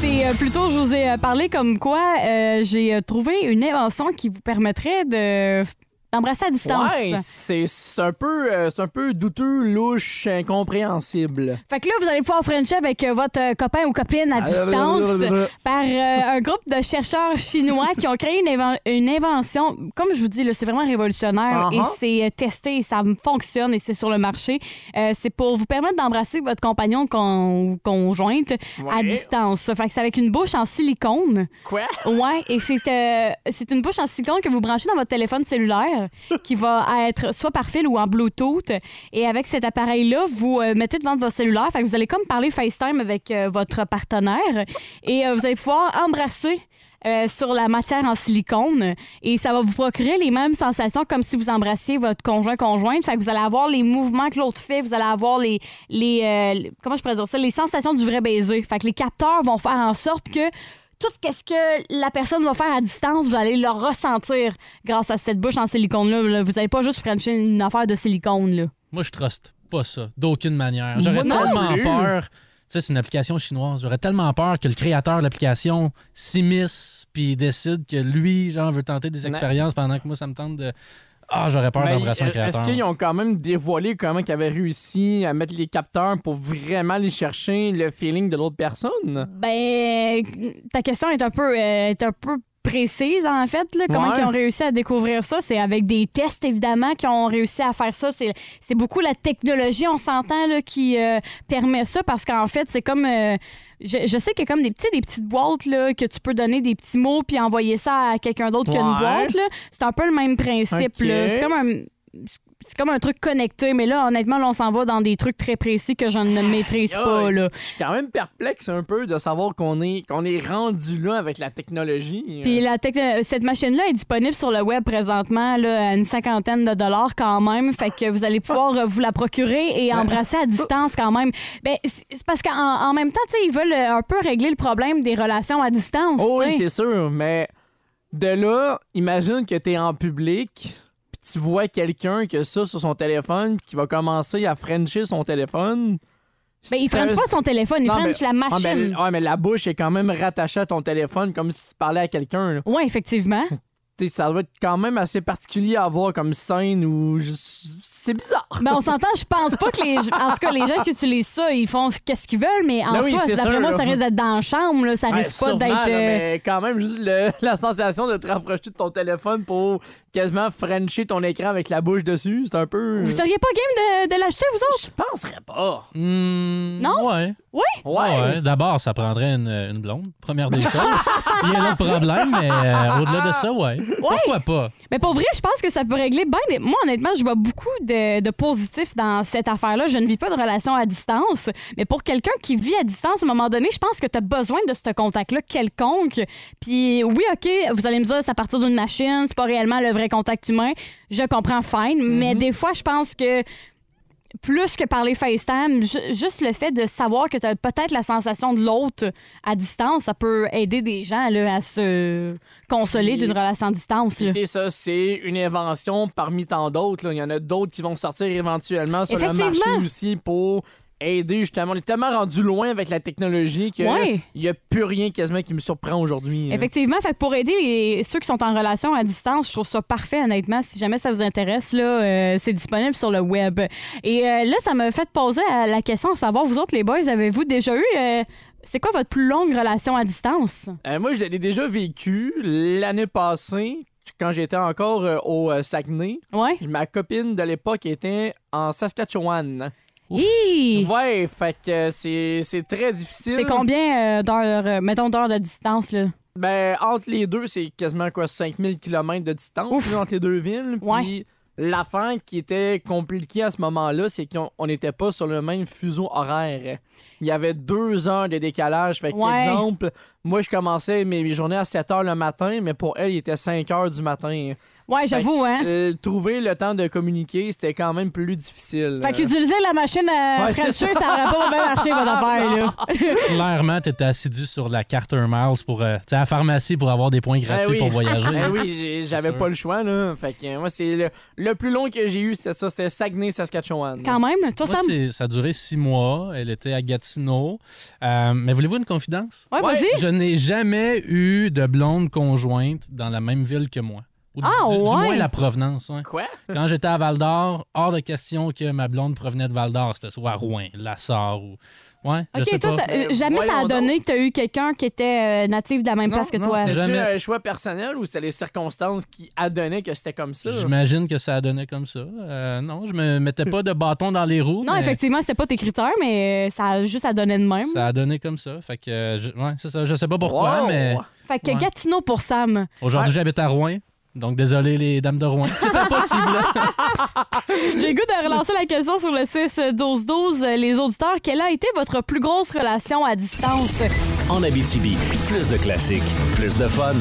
S3: C'est euh, plutôt, je vous ai euh, parlé comme quoi euh, j'ai euh, trouvé une invention qui vous permettrait de d'embrasser à distance.
S4: Ouais, c'est c'est un, peu, euh, c'est un peu douteux, louche, incompréhensible.
S3: Fait que là, vous allez pouvoir Frencher avec euh, votre euh, copain ou copine à distance par euh, un groupe de chercheurs chinois qui ont créé une, inven- une invention. Comme je vous dis, là, c'est vraiment révolutionnaire
S12: Uh-huh.
S3: et c'est euh, testé et ça fonctionne et c'est sur le marché. Euh, c'est pour vous permettre d'embrasser votre compagnon con- ou conjointe à
S12: Ouais.
S3: distance. Fait que c'est avec une bouche en silicone.
S4: Quoi?
S3: Ouais, et c'est euh, c'est une bouche en silicone que vous branchez dans votre téléphone cellulaire qui va être soit par fil ou en Bluetooth. Et avec cet appareil-là, vous euh, mettez devant votre cellulaire. Fait que vous allez comme parler FaceTime avec euh, votre partenaire et euh, vous allez pouvoir embrasser. euh, sur la matière en silicone et ça va vous procurer les mêmes sensations comme si vous embrassiez votre conjoint conjointe fait que vous allez avoir les mouvements que l'autre fait vous allez avoir les les euh, les- comment je pourrais dire ça les sensations du vrai baiser fait que les capteurs vont faire en sorte que tout ce que la personne va faire à distance, vous allez le ressentir grâce à cette bouche en silicone-là. là. Vous n'allez pas juste frencher une affaire de silicone. Là.
S5: Moi, je truste pas ça, d'aucune manière.
S3: Moi
S5: J'aurais
S3: non
S5: tellement
S3: plus.
S5: peur. Tu sais, c'est une application chinoise. J'aurais tellement peur que le créateur de l'application s'immisce puis décide que lui, genre, veut tenter des
S4: Ouais.
S5: expériences pendant que moi, ça me tente de. Ah, j'aurais peur
S4: Mais
S5: d'embrasser un
S4: Ben, Est-ce
S5: créateur.
S4: qu'ils ont quand même dévoilé comment ils avaient réussi à mettre les capteurs pour vraiment aller chercher le feeling de l'autre personne?
S3: Ben, ta question est un peu, euh, est un peu précise, en fait. là. Comment
S4: Ouais.
S3: ils ont réussi à découvrir ça? C'est avec des tests, évidemment, qu'ils ont réussi à faire ça. C'est c'est beaucoup la technologie, on s'entend, là, qui euh, permet ça parce qu'en fait, c'est comme. euh, je, je sais qu'il y a comme des, petits, des petites boîtes là, que tu peux donner des petits mots puis envoyer ça à quelqu'un d'autre qu'une
S12: Ouais.
S3: boîte. là. C'est un peu le même principe.
S12: Ok.
S3: là. C'est comme un. C'est comme un truc connecté, mais là, honnêtement, là, on s'en va dans des trucs très précis que je ne maîtrise pas.
S4: Aïe,
S3: Là.
S4: Je suis quand même perplexe un peu de savoir qu'on est, qu'on est rendu là avec la technologie.
S3: Puis la techno- cette machine-là est disponible sur le web présentement là, à une cinquantaine de dollars quand même. Fait que vous allez pouvoir euh, vous la procurer et embrasser à distance quand même. Ben, c'est c'est parce qu'en en même temps, tu sais, ils veulent euh, un peu régler le problème des relations à distance.
S4: Oh
S3: tu
S4: oui,
S3: sais.
S4: c'est sûr, mais de là, imagine que t'es en public, puis tu vois quelqu'un qui a ça sur son téléphone, puis qui va commencer à frencher son téléphone.
S3: Ben, il frenche pas son téléphone, il
S4: Non,
S3: frenche
S4: mais-
S3: la
S4: ah,
S3: machine.
S4: mais- ouais, mais la bouche est quand même rattachée à ton téléphone, comme si tu parlais à quelqu'un. là.
S3: Ouais, effectivement.
S4: T'sais, ça doit être quand même assez particulier à voir comme scène où je- c'est bizarre.
S3: Ben, on s'entend, je pense pas que les. En tout cas, les gens qui utilisent ça, ils font qu'est-ce qu'ils veulent, mais en
S4: Ben oui,
S3: soi,
S4: c'est
S3: d'après
S4: sûr,
S3: moi,
S4: là.
S3: ça risque d'être dans la chambre, là, ça
S4: Ouais,
S3: risque pas
S4: sûrement,
S3: d'être.
S4: là,
S3: euh,
S4: mais quand même, juste le- la sensation de te rapprocher de ton téléphone pour quasiment frencher ton écran avec la bouche dessus, c'est un peu. Ah.
S3: Vous seriez pas game de, de l'acheter, vous autres?
S4: Je penserais pas. Hmm,
S3: non?
S5: Ouais.
S3: Oui?
S5: Ouais, ouais. D'abord, ça prendrait une, une blonde, première des choses. Il y a un autre problème, mais euh, au-delà de ça, ouais. Pourquoi pas?
S3: Mais pour vrai, je pense que ça peut régler bien. des- Moi, honnêtement, je vois beaucoup de, de positifs dans cette affaire-là. Je ne vis pas de relation à distance. Mais pour quelqu'un qui vit à distance, à un moment donné, je pense que tu as besoin de ce contact-là quelconque. Puis oui, OK, vous allez me dire, c'est à partir d'une machine, c'est pas réellement le vrai contact humain. Je comprends, fine. Mais des fois, je pense que plus que parler FaceTime, ju- juste le fait de savoir que tu as peut-être la sensation de l'autre à distance, ça peut aider des gens là, à se consoler d'une relation à distance. là.
S4: Écoutez, ça, c'est une invention parmi tant d'autres. là. Il y en a d'autres qui vont sortir éventuellement sur le
S3: Effectivement.
S4: marché aussi pour aider justement. On est tellement rendu loin avec la technologie qu'il
S3: Ouais.
S4: n'y a plus rien quasiment qui me surprend aujourd'hui. là.
S3: Effectivement, fait que pour aider les- ceux qui sont en relation à distance, je trouve ça parfait, honnêtement. Si jamais ça vous intéresse, là, euh, c'est disponible sur le web. Et euh, là, ça m'a fait poser à la question à savoir, vous autres, les boys, avez-vous déjà eu. euh, c'est quoi votre plus longue relation à distance?
S4: Euh, moi, je l'ai déjà vécu l'année passée, quand j'étais encore euh, au euh, Saguenay.
S3: Ouais.
S4: Ma copine de l'époque était en Saskatchewan.
S3: Hi!
S4: Ouais, fait que euh, c'est c'est très difficile.
S3: C'est combien euh, d'heures, euh, mettons, d'heures de distance, là?
S4: Ben, entre les deux, c'est quasiment quoi, 5000 km de distance là, entre les deux villes. Puis l'affaire qui était compliquée à ce moment-là, c'est qu'on on n'était pas sur le même fuseau horaire. Il y avait deux heures de décalage. Fait que,
S3: Ouais.
S4: exemple, moi, je commençais mes, mes journées à 7 heures le matin, mais pour elle, il était 5 heures du matin.
S3: Ouais,
S4: Fait
S3: j'avoue,
S4: que,
S3: hein.
S4: euh, trouver le temps de communiquer, c'était quand même plus difficile.
S3: Fait qu'utiliser la machine à
S4: Euh. Ouais,
S3: Frencher,
S4: c'est
S3: ça
S4: ça.
S3: n'aurait pas bien marché, votre affaire, là.
S5: Clairement, tu étais assidu sur la carte Air Miles pour, euh, tu sais, à la pharmacie pour avoir des points gratuits
S3: Eh
S4: Ah
S5: pour
S4: oui.
S5: voyager.
S4: Ah oui, j'ai- j'avais
S5: sûr.
S4: pas le choix, là. Fait que euh, moi, c'est le, le plus long que j'ai eu, c'était ça. C'était Saguenay, Saskatchewan.
S3: Quand même, toi,
S5: Moi,
S3: Sam?
S5: c'est- ça a duré six mois. Elle était à Gatineau. Martineau. Euh, mais voulez-vous une confidence?
S3: Ouais, vas-y.
S5: Je n'ai jamais eu de blonde conjointe dans la même ville que moi. Ou du-
S3: Ah,
S5: du, du
S3: ouais?
S5: moins la provenance. hein.
S4: Quoi?
S5: Quand j'étais à Val d'Or, hors de question que ma blonde provenait de Val d'Or. C'était soit à Rouen, La Sarre ou. Ouais, je sais
S3: OK, toi,
S5: pas.
S3: ça- euh, jamais ça a donné que tu as eu quelqu'un qui était euh, natif de la même place que toi.
S4: C'était-tu un choix personnel ou c'est les circonstances qui a donné que c'était comme ça?
S5: J'imagine que ça a donné comme ça. Euh, non, je me mettais pas de bâton dans les roues.
S3: Non,
S5: Oh, mais
S3: effectivement, c'est pas tes critères, mais euh, ça a juste à donner de même.
S5: Ça a donné comme ça. Fait que, euh, je, ouais, c'est ça. Je sais pas pourquoi,
S3: Wow!
S5: mais
S3: Fait que
S5: Ouais.
S3: Gatineau pour Sam.
S5: aujourd'hui,
S3: Ouais.
S5: j'habite à Rouen. Donc, désolé, les dames de Rouen. C'est impossible.
S3: J'ai le goût de relancer la question sur le 6-12-12. Euh, Les auditeurs, quelle a été votre plus grosse relation à distance?
S2: En Abitibi, plus de classiques, plus de fun.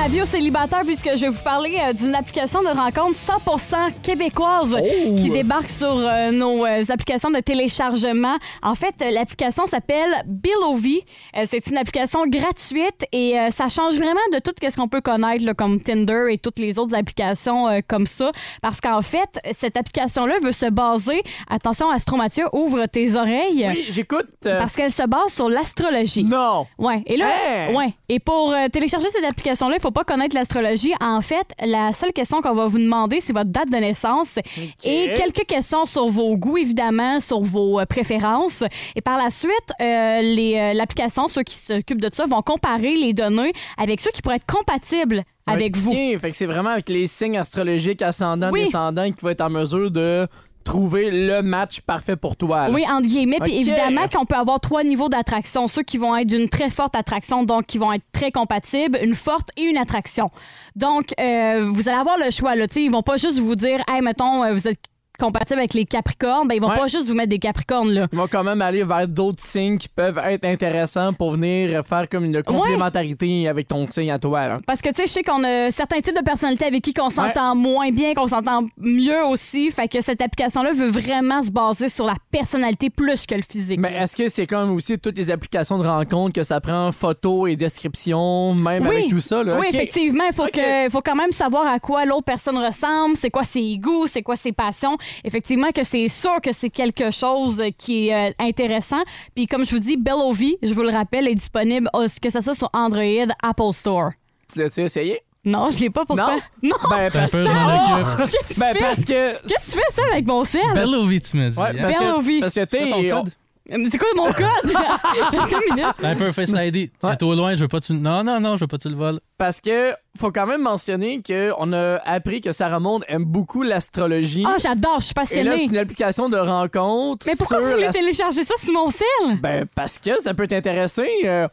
S3: Avis aux célibataires, puisque je vais vous parler euh, d'une application de rencontre 100% québécoise qui débarque sur euh, nos euh, applications de téléchargement. En fait, euh, l'application s'appelle Billovi. Euh, c'est une application gratuite et euh, ça change vraiment de tout ce qu'on peut connaître, là, comme Tinder et toutes les autres applications euh, comme ça. Parce qu'en fait, cette application-là veut se baser... Attention, Astromathieu, ouvre tes oreilles.
S4: Oui, j'écoute. euh,
S3: Parce qu'elle se base sur l'astrologie.
S4: Non. Hein?
S3: Ouais. Et là,
S4: Hey!
S3: ouais. Et pour euh, télécharger cette application-là, il faut pas connaître l'astrologie. En fait, la seule question qu'on va vous demander, c'est votre date de naissance et quelques questions sur vos goûts, évidemment, sur vos euh, préférences. Et par la suite, euh, les, euh, l'application, ceux qui s'occupent de ça, vont comparer les données avec ceux qui pourraient être compatibles avec
S4: Ok,
S3: vous.
S4: Fait que c'est vraiment avec les signes astrologiques ascendant,
S3: Oui.
S4: descendant qui va être en mesure de trouver le match parfait pour toi. Ah, là.
S3: Oui, entre guillemets. Puis
S4: Ok.
S3: évidemment qu'on peut avoir trois niveaux d'attraction. Ceux qui vont être d'une très forte attraction, donc qui vont être très compatibles, une forte et une attraction. Donc, euh, vous allez avoir le choix. Là, Tu sais, ils vont pas juste vous dire, hey, mettons, euh, vous êtes compatible avec les capricornes. Ben, ils vont
S4: Ouais.
S3: pas juste vous mettre des capricornes. Là.
S4: Ils vont quand même aller vers d'autres signes qui peuvent être intéressants pour venir faire comme une complémentarité avec ton signe à toi. là.
S3: Parce que, tu sais, je sais qu'on a certains types de personnalités avec qui on s'entend moins bien, qu'on s'entend mieux aussi. Fait que cette application-là veut vraiment se baser sur la personnalité plus que le physique.
S4: Mais est-ce que c'est comme aussi toutes les applications de rencontres que ça prend photo et description, même Eh ben, avec tout ça? Là?
S3: Oui,
S4: Ok.
S3: effectivement, il faut, que, faut quand même savoir à quoi l'autre personne ressemble, c'est quoi ses goûts, c'est quoi ses passions. Effectivement, que c'est sûr que c'est quelque chose qui est euh, intéressant. Puis comme je vous dis, Bellovi, je vous le rappelle, est disponible, euh, que ce soit sur Android, Apple Store.
S4: Tu l'as-tu essayé?
S3: Non, je l'ai pas pourquoi. Non!
S4: Ben, parce
S5: peu
S4: que-
S5: genre de
S3: Qu'est-ce que
S4: Ben,
S3: tu fais?
S4: parce que.
S3: Qu'est-ce que tu fais ça avec mon sel?
S5: Bellovi, tu me dis.
S4: Ouais,
S5: hein?
S4: parce que-
S3: Bellovi.
S4: Parce que
S5: C'est quoi ton
S4: t'es.
S5: code?
S3: Euh, Mais C'est quoi mon code? Attends une minute.
S5: Un peu Face ID. C'est au loin, je veux pas que tu. Non, non, non, je veux pas que tu le voles.
S4: Parce que faut quand même mentionner qu'on a appris que Sarah Monde aime beaucoup l'astrologie.
S3: Ah, j'adore, je suis
S4: Et là, c'est
S3: passionnée.
S4: une application de rencontre.
S3: Mais pourquoi
S4: sur
S3: vous voulez
S4: l'ast-
S3: télécharger ça sur mon sel?
S4: Ben, parce que ça peut t'intéresser. euh,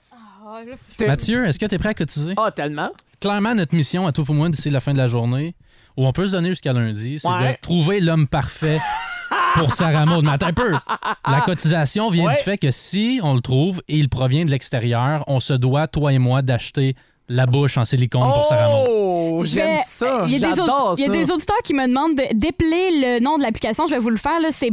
S4: t'es-
S5: Mathieu, est-ce que tu es prêt à cotiser?
S4: Ah, tellement.
S5: Clairement, notre mission à tout pour moi d'ici la fin de la journée, où on peut se donner jusqu'à lundi, c'est
S4: Ouais.
S5: de trouver l'homme parfait pour Sarah Maud. Mais attends un peu. La cotisation vient du fait que si on le trouve et il provient de l'extérieur, on se doit, toi et moi, d'acheter la bouche en silicone pour Sarah Maud.
S4: Oh,
S3: Je
S4: j'aime
S3: vais-
S4: ça.
S3: Il y, a des
S4: J'adore
S3: audi- il y a
S4: ça.
S3: des auditeurs qui me demandent de- d'épeler le nom de l'application. Je vais vous le faire. là. C'est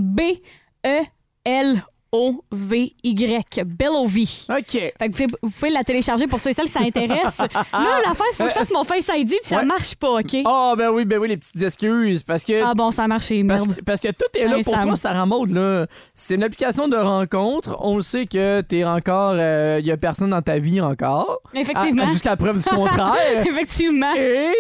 S3: E B-E-L-O-V-Y. Bellovi.
S4: OK. Fait
S3: que vous, pouvez, vous pouvez la télécharger pour ceux et celles qui ça intéresse. là, la fin, il faut que je fasse mon Face ID puis ça
S4: Ouais.
S3: marche pas, OK?
S4: Ah, ben oui, ben oui, les petites excuses. Parce que.
S3: Ah bon, ça a marché,
S4: Parce
S3: merde.
S4: que, parce que tout est là
S3: Ouais,
S4: pour
S3: Sam.
S4: toi, Sarah Maud, là. C'est une application de rencontre. On le sait que t'es encore. Il y a personne dans ta vie encore.
S3: Effectivement.
S4: Ah, Jusqu'à preuve du contraire. Euh,
S3: Effectivement.
S4: Et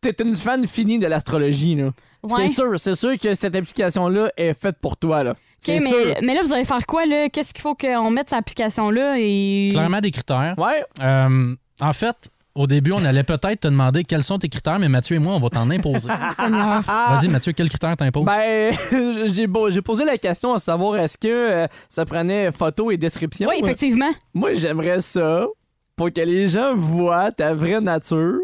S4: t'es une fan finie de l'astrologie, là.
S3: Ouais.
S4: C'est sûr, c'est sûr que cette application-là est faite pour toi, là.
S3: OK,
S4: C'est sûr.
S3: mais, mais là, vous allez faire quoi, là? Qu'est-ce qu'il faut qu'on mette cette application-là et...
S5: Clairement des critères. Euh,
S4: Ouais.
S5: en fait, au début, on allait peut-être te demander quels sont tes critères, mais Mathieu et moi, on va t'en imposer.
S4: Ah,
S3: Seigneur.
S5: Vas-y, Mathieu, quels critères t'imposes?
S4: Ben, j'ai beau- j'ai posé la question à savoir est-ce que euh, ça prenait photo et description.
S3: Oui, effectivement.
S4: Moi, j'aimerais ça pour que les gens voient ta vraie nature.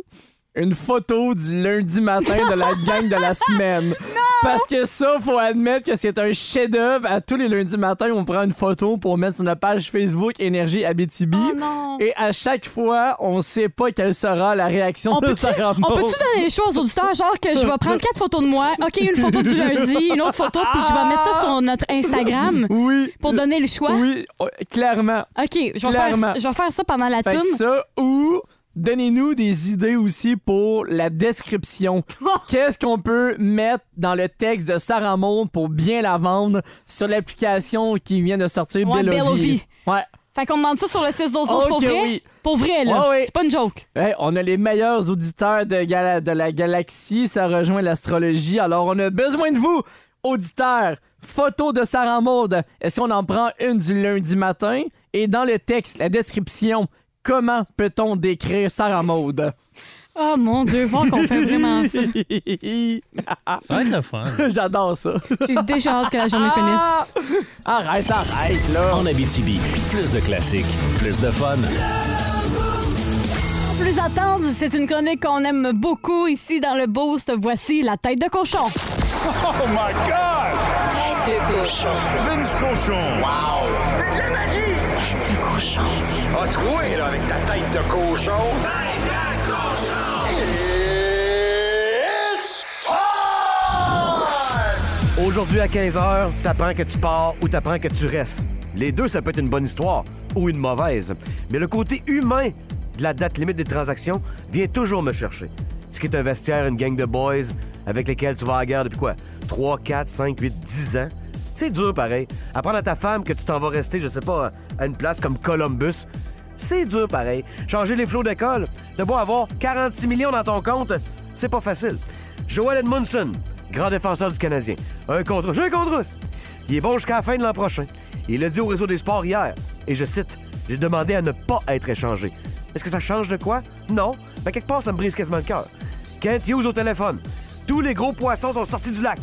S4: Une photo du lundi matin de la gang de la semaine. Parce que ça, faut admettre que c'est un chef-d'œuvre. À tous les lundis matins, on prend une photo pour mettre sur notre page Facebook Énergie Abitibi.
S3: Oh
S4: Et à chaque fois, on sait pas quelle sera la réaction
S3: On
S4: de
S3: peut-tu
S4: Sarah
S3: on peut-tu
S4: Maud.
S3: donner les choses aux auditeurs, genre que je vais prendre quatre photos de moi, OK, une photo du lundi, une autre photo, puis je vais mettre ça sur notre Instagram
S4: Oui.
S3: pour donner le choix?
S4: Oui, oh, clairement.
S3: OK, je vais, faire,
S4: Clairement.
S3: je vais faire ça pendant la
S4: Fait que
S3: toum.
S4: ça ou donnez-nous des idées aussi pour la description.
S3: Oh!
S4: Qu'est-ce qu'on peut mettre dans le texte de Sarah Maud pour bien la vendre sur l'application qui vient de sortir,
S3: Ouais,
S4: Bellovi?
S3: Bellovi.
S4: Ouais.
S3: Fait qu'on demande ça sur le 6 12 c'est pour
S4: Ok,
S3: vrai?
S4: oui.
S3: Pour vrai, là.
S4: Ouais, ouais.
S3: C'est pas une joke.
S4: Hey, on a les meilleurs auditeurs de, gala- de la galaxie. Ça rejoint l'astrologie. Alors, on a besoin de vous, auditeurs. Photo de Sarah Maud. Est-ce qu'on en prend une du lundi matin? Et dans le texte, la description, comment peut-on décrire Sarah Maud?
S3: Oh mon Dieu, voir qu'on fait vraiment ça.
S4: ça
S5: va être le fun.
S4: J'adore ça.
S3: J'ai déjà hâte que la journée
S13: Ah!
S3: finisse.
S4: Arrête, arrête, là.
S2: En Abitibi, plus de classiques, plus de fun.
S3: Plus attendre, c'est une chronique qu'on aime beaucoup ici dans le Boost. Voici la tête de cochon.
S12: Oh my God! Tête de cochon. Vince cochon. Wow! C'est de la magie! Tête de cochon.
S13: A troué, là, avec ta tête de cochon. Tête de
S7: Aujourd'hui à 15h, t'apprends que tu pars ou t'apprends que tu restes. Les deux, ça peut être une bonne histoire ou une mauvaise. Mais le côté humain de la date limite des transactions vient toujours me chercher. Tu quittes un vestiaire, une gang de boys avec lesquels tu vas à la guerre depuis quoi? 3, 4, 5, 8, 10 ans. C'est dur pareil. Apprendre à ta femme que tu t'en vas rester, je sais pas, à une place comme Columbus. C'est dur pareil. Changer les flots d'école, de beau avoir 46 millions dans ton compte, c'est pas facile. Joel Edmondson, grand défenseur du Canadien. Un contre j'ai un contre russe. Il est bon jusqu'à la fin de l'an prochain. Il l'a dit au réseau des sports hier. Et je cite, j'ai demandé à ne pas être échangé. Est-ce que ça change de quoi? Non. Mais quelque part, ça me brise quasiment le cœur. Kent Hughes au téléphone. Tous les gros poissons sont sortis du lac.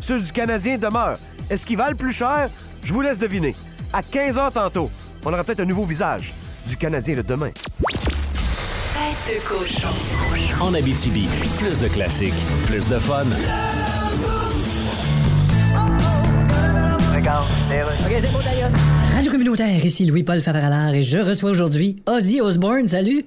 S7: Ceux du Canadien demeurent. Est-ce qu'ils valent plus cher? Je vous laisse deviner. À 15h tantôt, on aura peut-être un nouveau visage du Canadien de demain.
S12: Tête de cochon.
S2: En Abitibi, plus de classiques, plus de fun.
S14: Radio communautaire, ici Louis-Paul Favaralard et je reçois aujourd'hui Ozzy Osbourne. Salut!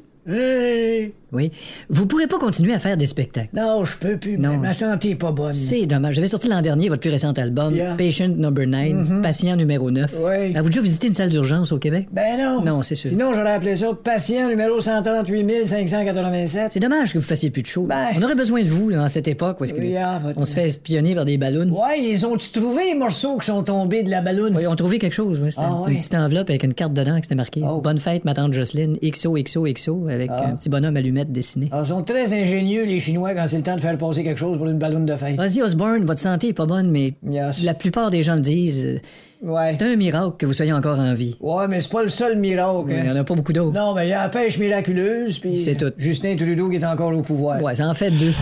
S14: Oui. Vous pourrez pas continuer à faire des spectacles. Non, je peux plus. Non. Ma santé est pas bonne. C'est dommage. J'avais sorti l'an dernier votre plus récent album,
S9: Yeah.
S14: Patient Number 9,
S9: Mhm.
S14: Patient numéro 9.
S9: Oui.
S14: Avez-vous déjà visité une salle d'urgence au Québec?
S9: Ben non.
S14: Non, c'est sûr.
S9: Sinon, j'aurais appelé ça patient numéro 138 587.
S14: C'est dommage que vous fassiez plus de show.
S9: Ben.
S14: On aurait besoin de vous là, en cette époque où est-ce que-
S9: Oui, ah, votre-
S14: on se fait espionner par des ballons.
S9: Ouais, ils ont trouvé les morceaux qui sont tombés de la balloune?
S14: Oui, ils ont trouvé quelque chose. oui. C'était
S9: Ah,
S14: une
S9: ouais. Oh.
S14: petite enveloppe avec une carte dedans qui c'était marqué Bonne fête, ma tante Jocelyne, XO, XO, XO, avec
S9: Ah.
S14: un petit bonhomme allumette dessiné.
S9: Alors, ils sont très ingénieux, les Chinois, quand c'est le temps de faire passer quelque chose pour une balloune de fête.
S14: Ozzy Osbourne, votre santé est pas bonne, mais la plupart des gens le disent. euh, C'est un miracle que vous soyez encore en vie.
S9: Ouais, mais c'est pas le seul miracle.
S14: Il
S9: hein.
S14: n'y en a pas beaucoup d'autres.
S9: Non, mais il y a la pêche miraculeuse, puis.
S14: C'est tout.
S9: Justin Trudeau qui est encore au pouvoir.
S14: Ouais, ça en fait deux.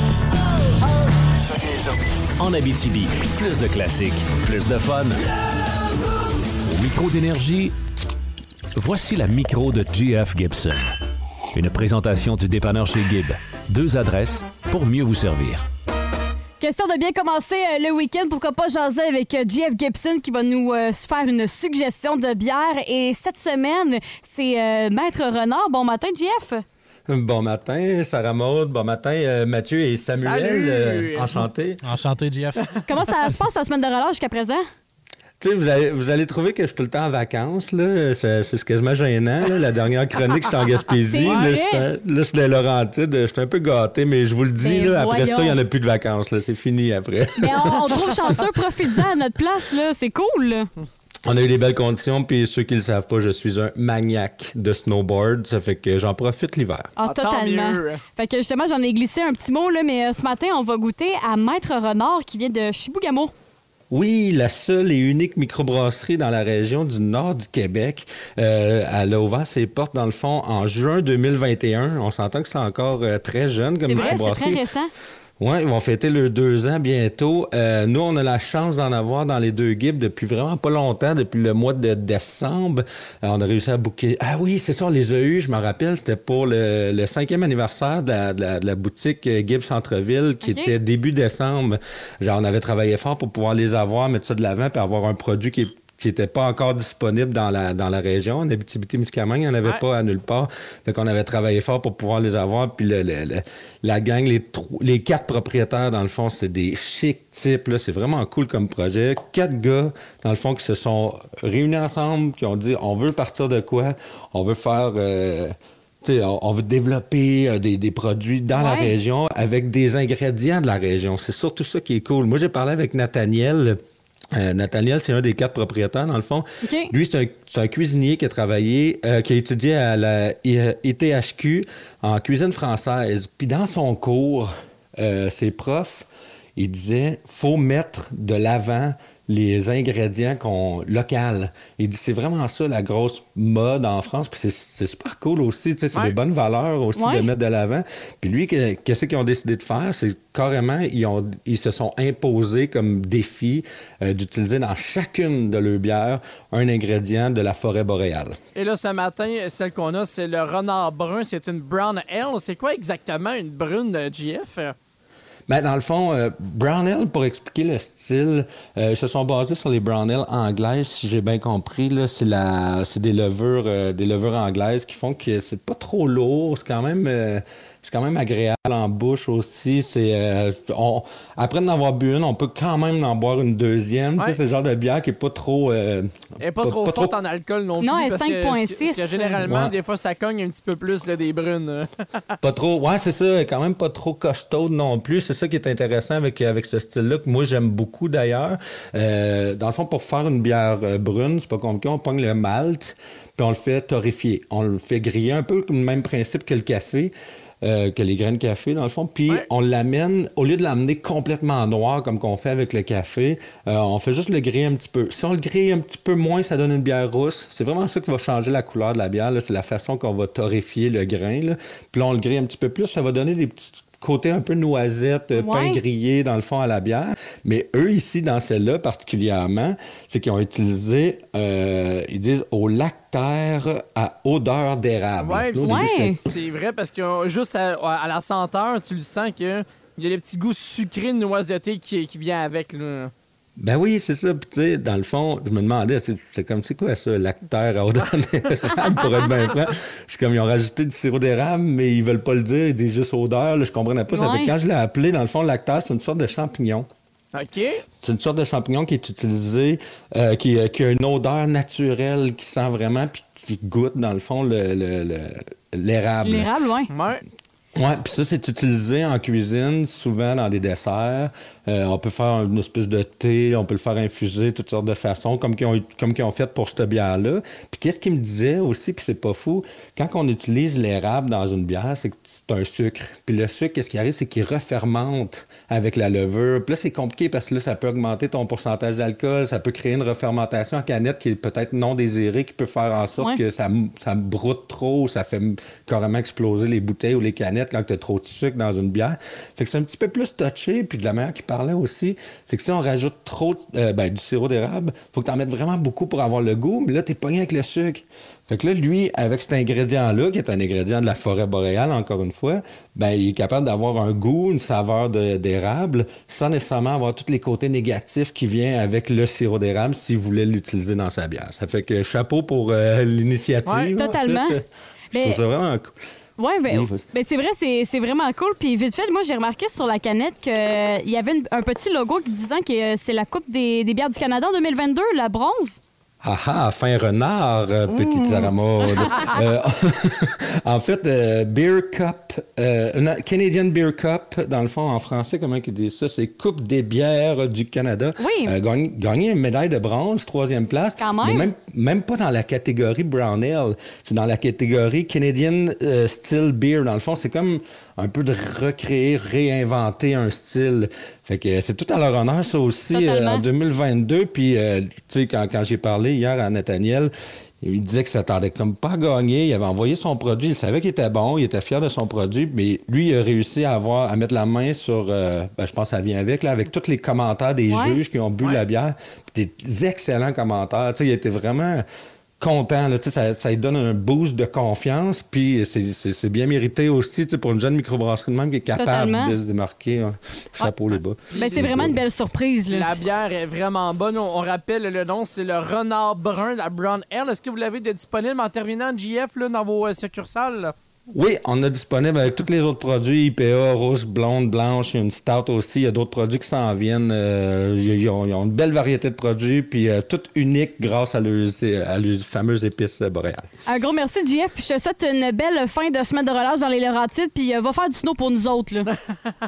S2: En Abitibi, plus de classiques, plus de fun.
S6: Au micro d'énergie, voici la micro de GF Gibson. Une présentation du dépanneur chez Gibb. Deux adresses pour mieux vous servir.
S3: Question de bien commencer euh, le week-end. Pourquoi pas jaser avec euh, JF Gibson qui va nous euh, faire une suggestion de bière. Et cette semaine, c'est euh, Maître Renard. Bon matin, JF.
S15: Bon matin, Sarah Maud. Bon matin, euh, Mathieu et Samuel.
S5: Salut!
S15: Euh, enchanté.
S5: Enchanté, Jeff.
S3: Comment ça se passe la semaine de relâche jusqu'à présent?
S15: Tu sais, vous allez, vous allez trouver que je suis tout le temps en vacances. là. C'est c'est quasiment gênant. là. La dernière chronique, j'étais en Gaspésie.
S3: C'est
S15: Là,
S3: vrai?
S15: j'étais- là, je suis de Laurentides. Je suis un peu gâté, mais je vous le dis,
S3: Mais
S15: là, après
S3: voyons.
S15: ça, il n'y en a plus de vacances. là. C'est fini après.
S3: Mais on, on trouve chanceux, profite-en à notre place, là. C'est cool. Ah,
S15: On a eu des belles conditions, puis ceux qui ne le savent pas, je suis un maniaque de snowboard. Ça fait que j'en profite l'hiver.
S3: Ah, totalement. Fait que justement, j'en ai glissé un petit mot, là, mais euh, ce matin, on va goûter à Maître Renard qui vient de Chibougamau.
S15: Oui, la seule et unique microbrasserie dans la région du nord du Québec. Euh, elle a ouvert ses portes, dans le fond, en juin 2021. On s'entend que c'est encore euh, très jeune comme
S3: C'est vrai, c'est
S15: microbrasserie.
S3: très récent.
S15: Oui, ils vont fêter leurs deux ans bientôt. Euh, nous, on a la chance d'en avoir dans les deux guides depuis vraiment pas longtemps, depuis le mois de décembre. Euh, on a réussi à bouquer. Ah oui, c'est ça, on les a eus, je me rappelle, c'était pour le, le cinquième anniversaire de la, de la- de la boutique euh, Gibbs Centreville qui
S16: Ok.
S15: était début décembre. Genre, on avait travaillé fort pour pouvoir les avoir, mettre ça de l'avant, puis avoir un produit qui est qui n'était pas encore disponible dans la, dans la région. En Abitibi-Témiscamingue, il n'y en avait
S16: Ouais.
S15: pas à nulle part. Fait qu'on avait travaillé fort pour pouvoir les avoir. Puis le- le- le- la gang, les, tro- les quatre propriétaires, dans le fond, c'est des chics types. là. C'est vraiment cool comme projet. Quatre gars, dans le fond, qui se sont réunis ensemble, qui ont dit, on veut partir de quoi? On veut faire... euh, Tu sais, on, on veut développer euh, des, des produits dans la
S16: Ouais.
S15: région avec des ingrédients de la région. C'est surtout ça qui est cool. Moi, j'ai parlé avec Nathaniel. Euh, Nathaniel, c'est un des quatre propriétaires, dans le fond.
S3: OK.
S15: Lui, c'est un, c'est un cuisinier qui a travaillé, euh, qui a étudié à la I- ITHQ en cuisine française. Puis dans son cours, euh, ses profs, ils disaient faut mettre de l'avant les ingrédients qu'on local. Il dit c'est vraiment ça la grosse mode en France. Puis c'est- c'est super cool aussi. tu sais, C'est des bonnes valeurs aussi
S16: Ouais.
S15: de mettre de l'avant. Puis lui, que- qu'est-ce qu'ils ont décidé de faire? C'est carrément, ils, ont, ils se sont imposés comme défi euh, d'utiliser dans chacune de leurs bières un ingrédient de la forêt boréale.
S4: Et là, ce matin, celle qu'on a, c'est le renard brun. C'est une brown ale. C'est quoi exactement une brune, euh, GF?
S15: Ben, dans le fond, euh, Brown Ale, pour expliquer le style, euh, ils se sont basés sur les Brown Ale anglaises, si j'ai bien compris. Là, c'est, la, c'est des levures, euh, des levures anglaises qui font que c'est pas trop lourd. C'est quand même, euh, c'est quand même agréable en bouche aussi. C'est, euh, on, après d'en avoir bu une, on peut quand même en boire une deuxième. Tu sais,
S4: Ouais.
S15: c'est le genre de bière qui est pas trop, euh,
S4: Et pas, trop forte en alcool non,
S3: Non,
S4: plus.
S3: elle est
S4: parce que-
S3: 5,6.
S4: parce que Généralement,
S15: Ouais.
S4: des fois, ça cogne un petit peu plus là, des brunes. euh.
S15: Pas trop, ouais, c'est ça, quand même pas trop costaud non plus. C'est ça qui est intéressant avec, avec ce style-là, que moi j'aime beaucoup d'ailleurs. Euh, dans le fond, pour faire une bière euh, brune, c'est pas compliqué, on pogne le malt, puis on le fait torréfier. On le fait griller un peu, comme le même principe que le café. euh, que les graines de café, dans le fond. Puis on l'amène, au lieu de l'amener complètement noir comme qu'on fait avec le café, euh, on fait juste le griller un petit peu. Si on le grille un petit peu moins, ça donne une bière rousse. C'est vraiment ça qui va changer la couleur de la bière. là. C'est la façon qu'on va torréfier le grain. là. Puis là, on le grille un petit peu plus, ça va donner des petits côtés un peu noisettes, euh, pain
S16: Ouais.
S15: grillé dans le fond à la bière. Mais eux, ici, dans celle-là particulièrement, c'est qu'ils ont utilisé, euh, ils disent, au lactaire à odeur d'érable.
S4: Ouais,
S15: Au
S4: puis
S15: début,
S4: c'est-
S15: j'étais-
S4: c'est vrai parce que euh, juste à, à la senteur, tu le sens que il y a le petit goût sucré de noiseté qui, qui vient avec. Là.
S15: Ben oui, c'est ça. Puis, tu sais, dans le fond, je me demandais, c'est c'est comme, c'est quoi ça, l'acteur à odeur d'érable, pour être bien franc? Je suis comme, ils ont rajouté du sirop d'érable, mais ils veulent pas le dire, ils disent juste odeur, là, je comprenais pas. Ça
S4: Ouais.
S15: fait que quand je l'ai appelé, dans le fond, l'acteur, c'est une sorte de champignon.
S4: OK.
S15: C'est une sorte de champignon qui est utilisé, euh, qui, euh, qui a une odeur naturelle, qui sent vraiment, puis qui goûte, dans le fond, le- le- le- l'érable.
S3: L'érable, ouais.
S15: Ouais, puis ça, c'est utilisé en cuisine, souvent dans des desserts. Euh, on peut faire une espèce de thé, on peut le faire infuser, toutes sortes de façons, comme qu'ils ont, comme qu'ils ont fait pour cette bière-là. Puis qu'est-ce qu'ils me disaient aussi, puis c'est pas fou, quand on utilise l'érable dans une bière, c'est que c'est un sucre. Puis le sucre, qu'est-ce qui arrive, c'est qu'il refermente avec la levure. Puis là, c'est compliqué parce que là, ça peut augmenter ton pourcentage d'alcool, ça peut créer une refermentation en canette qui est peut-être non désirée, qui peut faire en sorte
S16: Ouais.
S15: que ça, m- ça me broute trop, ça fait m- carrément exploser les bouteilles ou les canettes quand tu as trop de sucre dans une bière. Fait que c'est un petit peu plus touché. Puis de la manière qu'il parlait aussi, c'est que si on rajoute trop de- euh, ben, du sirop d'érable, faut que tu en mettes vraiment beaucoup pour avoir le goût, mais là, tu es pogné avec le sucre. Fait que là, lui, avec cet ingrédient-là, qui est un ingrédient de la forêt boréale, encore une fois, ben, il est capable d'avoir un goût, une saveur de- d'érable, sans nécessairement avoir tous les côtés négatifs qui viennent avec le sirop d'érable s'il voulait l'utiliser dans sa bière. Ça fait que chapeau pour euh, l'initiative.
S3: Ouais,
S15: en fait.
S3: totalement.
S15: Je
S3: Mais-
S15: trouve ça vraiment cool.
S3: Ouais, ben,
S15: Oui, vas-y.
S3: ben, c'est vrai, c'est c'est vraiment cool. Puis vite fait, moi, j'ai remarqué sur la canette qu'il y avait une- un petit logo qui disant que euh, c'est la Coupe des, des bières du Canada en 2022, la bronze.
S15: Ah ah, fin renard, euh, petite Sarah Maud. Euh, en fait, euh, Beer Cup, euh, non, Canadian Beer Cup, dans le fond, en français, comment ils disent ça? C'est Coupe des bières du Canada.
S16: Oui.
S15: Euh, gagné, gagné une médaille de bronze, troisième place.
S16: Quand même.
S15: Mais même, même pas dans la catégorie Brown Ale. C'est dans la catégorie Canadian euh, Still Beer. Dans le fond, c'est comme un peu de recréer, réinventer un style. Fait que euh, c'est tout à leur honneur, ça aussi, euh,
S16: Totalement.
S15: en 2022. Puis, euh, tu sais, quand, quand j'ai parlé hier à Nathaniel, il disait que ça tendait comme pas à gagner. Il avait envoyé son produit. Il savait qu'il était bon. Il était fier de son produit. Mais lui, il a réussi à avoir, à mettre la main sur, euh, ben, je pense que ça vient avec, là, avec tous les commentaires des
S16: Ouais.
S15: juges qui ont bu la bière. Puis des excellents commentaires. Tu sais, il était vraiment content. Là, Tu sais, ça, ça lui donne un boost de confiance. Puis c'est- c'est c'est bien mérité aussi tu sais, pour une jeune microbrasserie de même qui est capable
S3: Totalement.
S15: de se démarquer. hein. Chapeau
S16: Ah.
S15: les bas.
S3: Ben, c'est vraiment une belle surprise. Là.
S4: La bière est vraiment bonne. On, on rappelle le nom, c'est le renard brun, la brown ale. Est-ce que vous l'avez de disponible en terminant, GF, là, dans vos euh, succursales?
S15: Oui, on a disponible avec tous les autres produits, IPA, rousse, blonde, blanche, il y a une stout aussi, il y a d'autres produits qui s'en viennent. euh, ils, ils ont, ils ont une belle variété de produits, puis euh, toutes uniques grâce à leurs, à leurs fameuses épices euh, boréales.
S3: Un gros merci, JF. Puis je te souhaite une belle fin de semaine de relâche dans les Laurentides. Puis euh, va faire du snow pour nous autres. Là.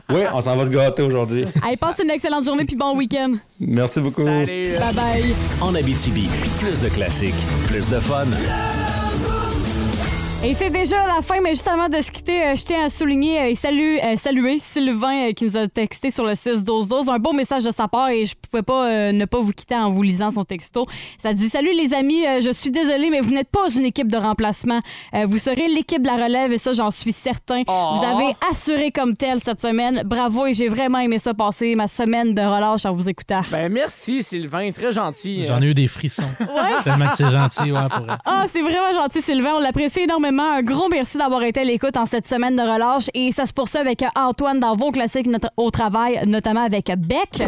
S15: Oui, on s'en va se gâter aujourd'hui.
S3: Allez, passe une excellente journée. Puis bon week-end.
S15: Merci beaucoup.
S3: Bye bye.
S2: En Abitibi, plus de classiques, plus de fun.
S3: Et c'est déjà la fin, mais juste avant de se quitter, euh, je tiens à souligner euh, et salu- euh, saluer Sylvain euh, qui nous a texté sur le 6-12-12. Un beau message de sa part et je pouvais pas euh, ne pas vous quitter en vous lisant son texto. Ça dit Salut les amis, euh, je suis désolé, mais vous n'êtes pas une équipe de remplacement. Euh, vous serez l'équipe de la relève et ça, j'en suis certain.
S4: Oh.
S3: Vous avez assuré comme tel cette semaine. Bravo et j'ai vraiment aimé ça passer ma semaine de relâche en vous écoutant.
S4: Ben merci Sylvain, très gentil.
S5: J'en ai eu des frissons.
S3: Ouais.
S5: Tellement que c'est gentil, ouais, pour
S3: Ah, c'est vraiment gentil, Sylvain. On l'apprécie énormément. Un gros merci d'avoir été à l'écoute en cette semaine de relâche. Et ça se poursuit avec Antoine dans vos classiques notre- au travail, notamment avec Beck.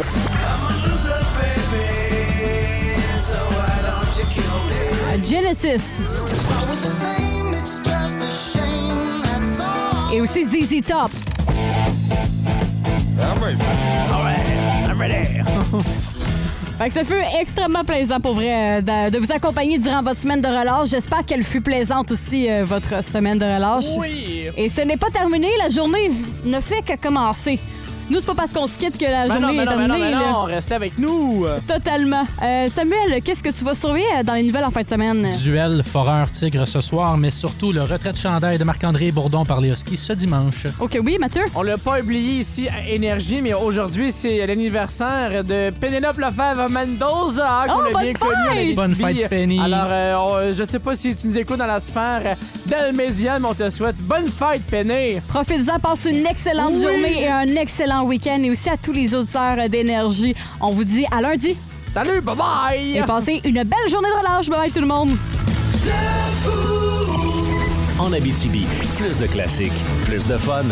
S3: Genesis. Et aussi ZZ Top. Fait que ça fut extrêmement plaisant pour vrai euh, de, de vous accompagner durant votre semaine de relâche. J'espère qu'elle fut plaisante aussi, euh, votre semaine de relâche.
S4: Oui.
S3: Et ce n'est pas terminé, la journée v- ne fait que commencer. Nous, c'est pas parce qu'on se quitte que la
S4: Ben non,
S3: journée
S4: ben
S3: est
S4: non, ben non,
S3: terminée.
S4: ben
S3: là.
S4: non, restez avec nous.
S3: Totalement. Euh, Samuel, qu'est-ce que tu vas surveiller euh, dans les nouvelles en fin de semaine?
S5: Duel Foreur-Tigre ce soir, mais surtout le retrait de chandail de Marc-André Bourdon par Léoski ce dimanche.
S3: OK, oui, Mathieu?
S4: On l'a pas oublié ici à Énergie, mais aujourd'hui, c'est l'anniversaire de Pénélope Lefebvre Mendoza, hein,
S3: Oh,
S4: qu'on a
S3: bonne
S4: bien connue. à
S3: fête!
S4: l'Abitibi.
S5: Bonne fête, Penny.
S4: Alors, euh, on- euh, je sais pas si tu nous écoutes dans la sphère euh, d'Alméziane, mais on te souhaite bonne fête, Penny.
S3: Profitez-en, passe une excellente
S4: Oui.
S3: journée et un excellent week-end. Et aussi à tous les auditeurs euh, d'énergie. On vous dit à lundi.
S4: Salut, bye bye!
S3: Et passez une belle journée de relâche. Bye bye tout le monde.
S2: En Abitibi, plus de classiques, plus de fun.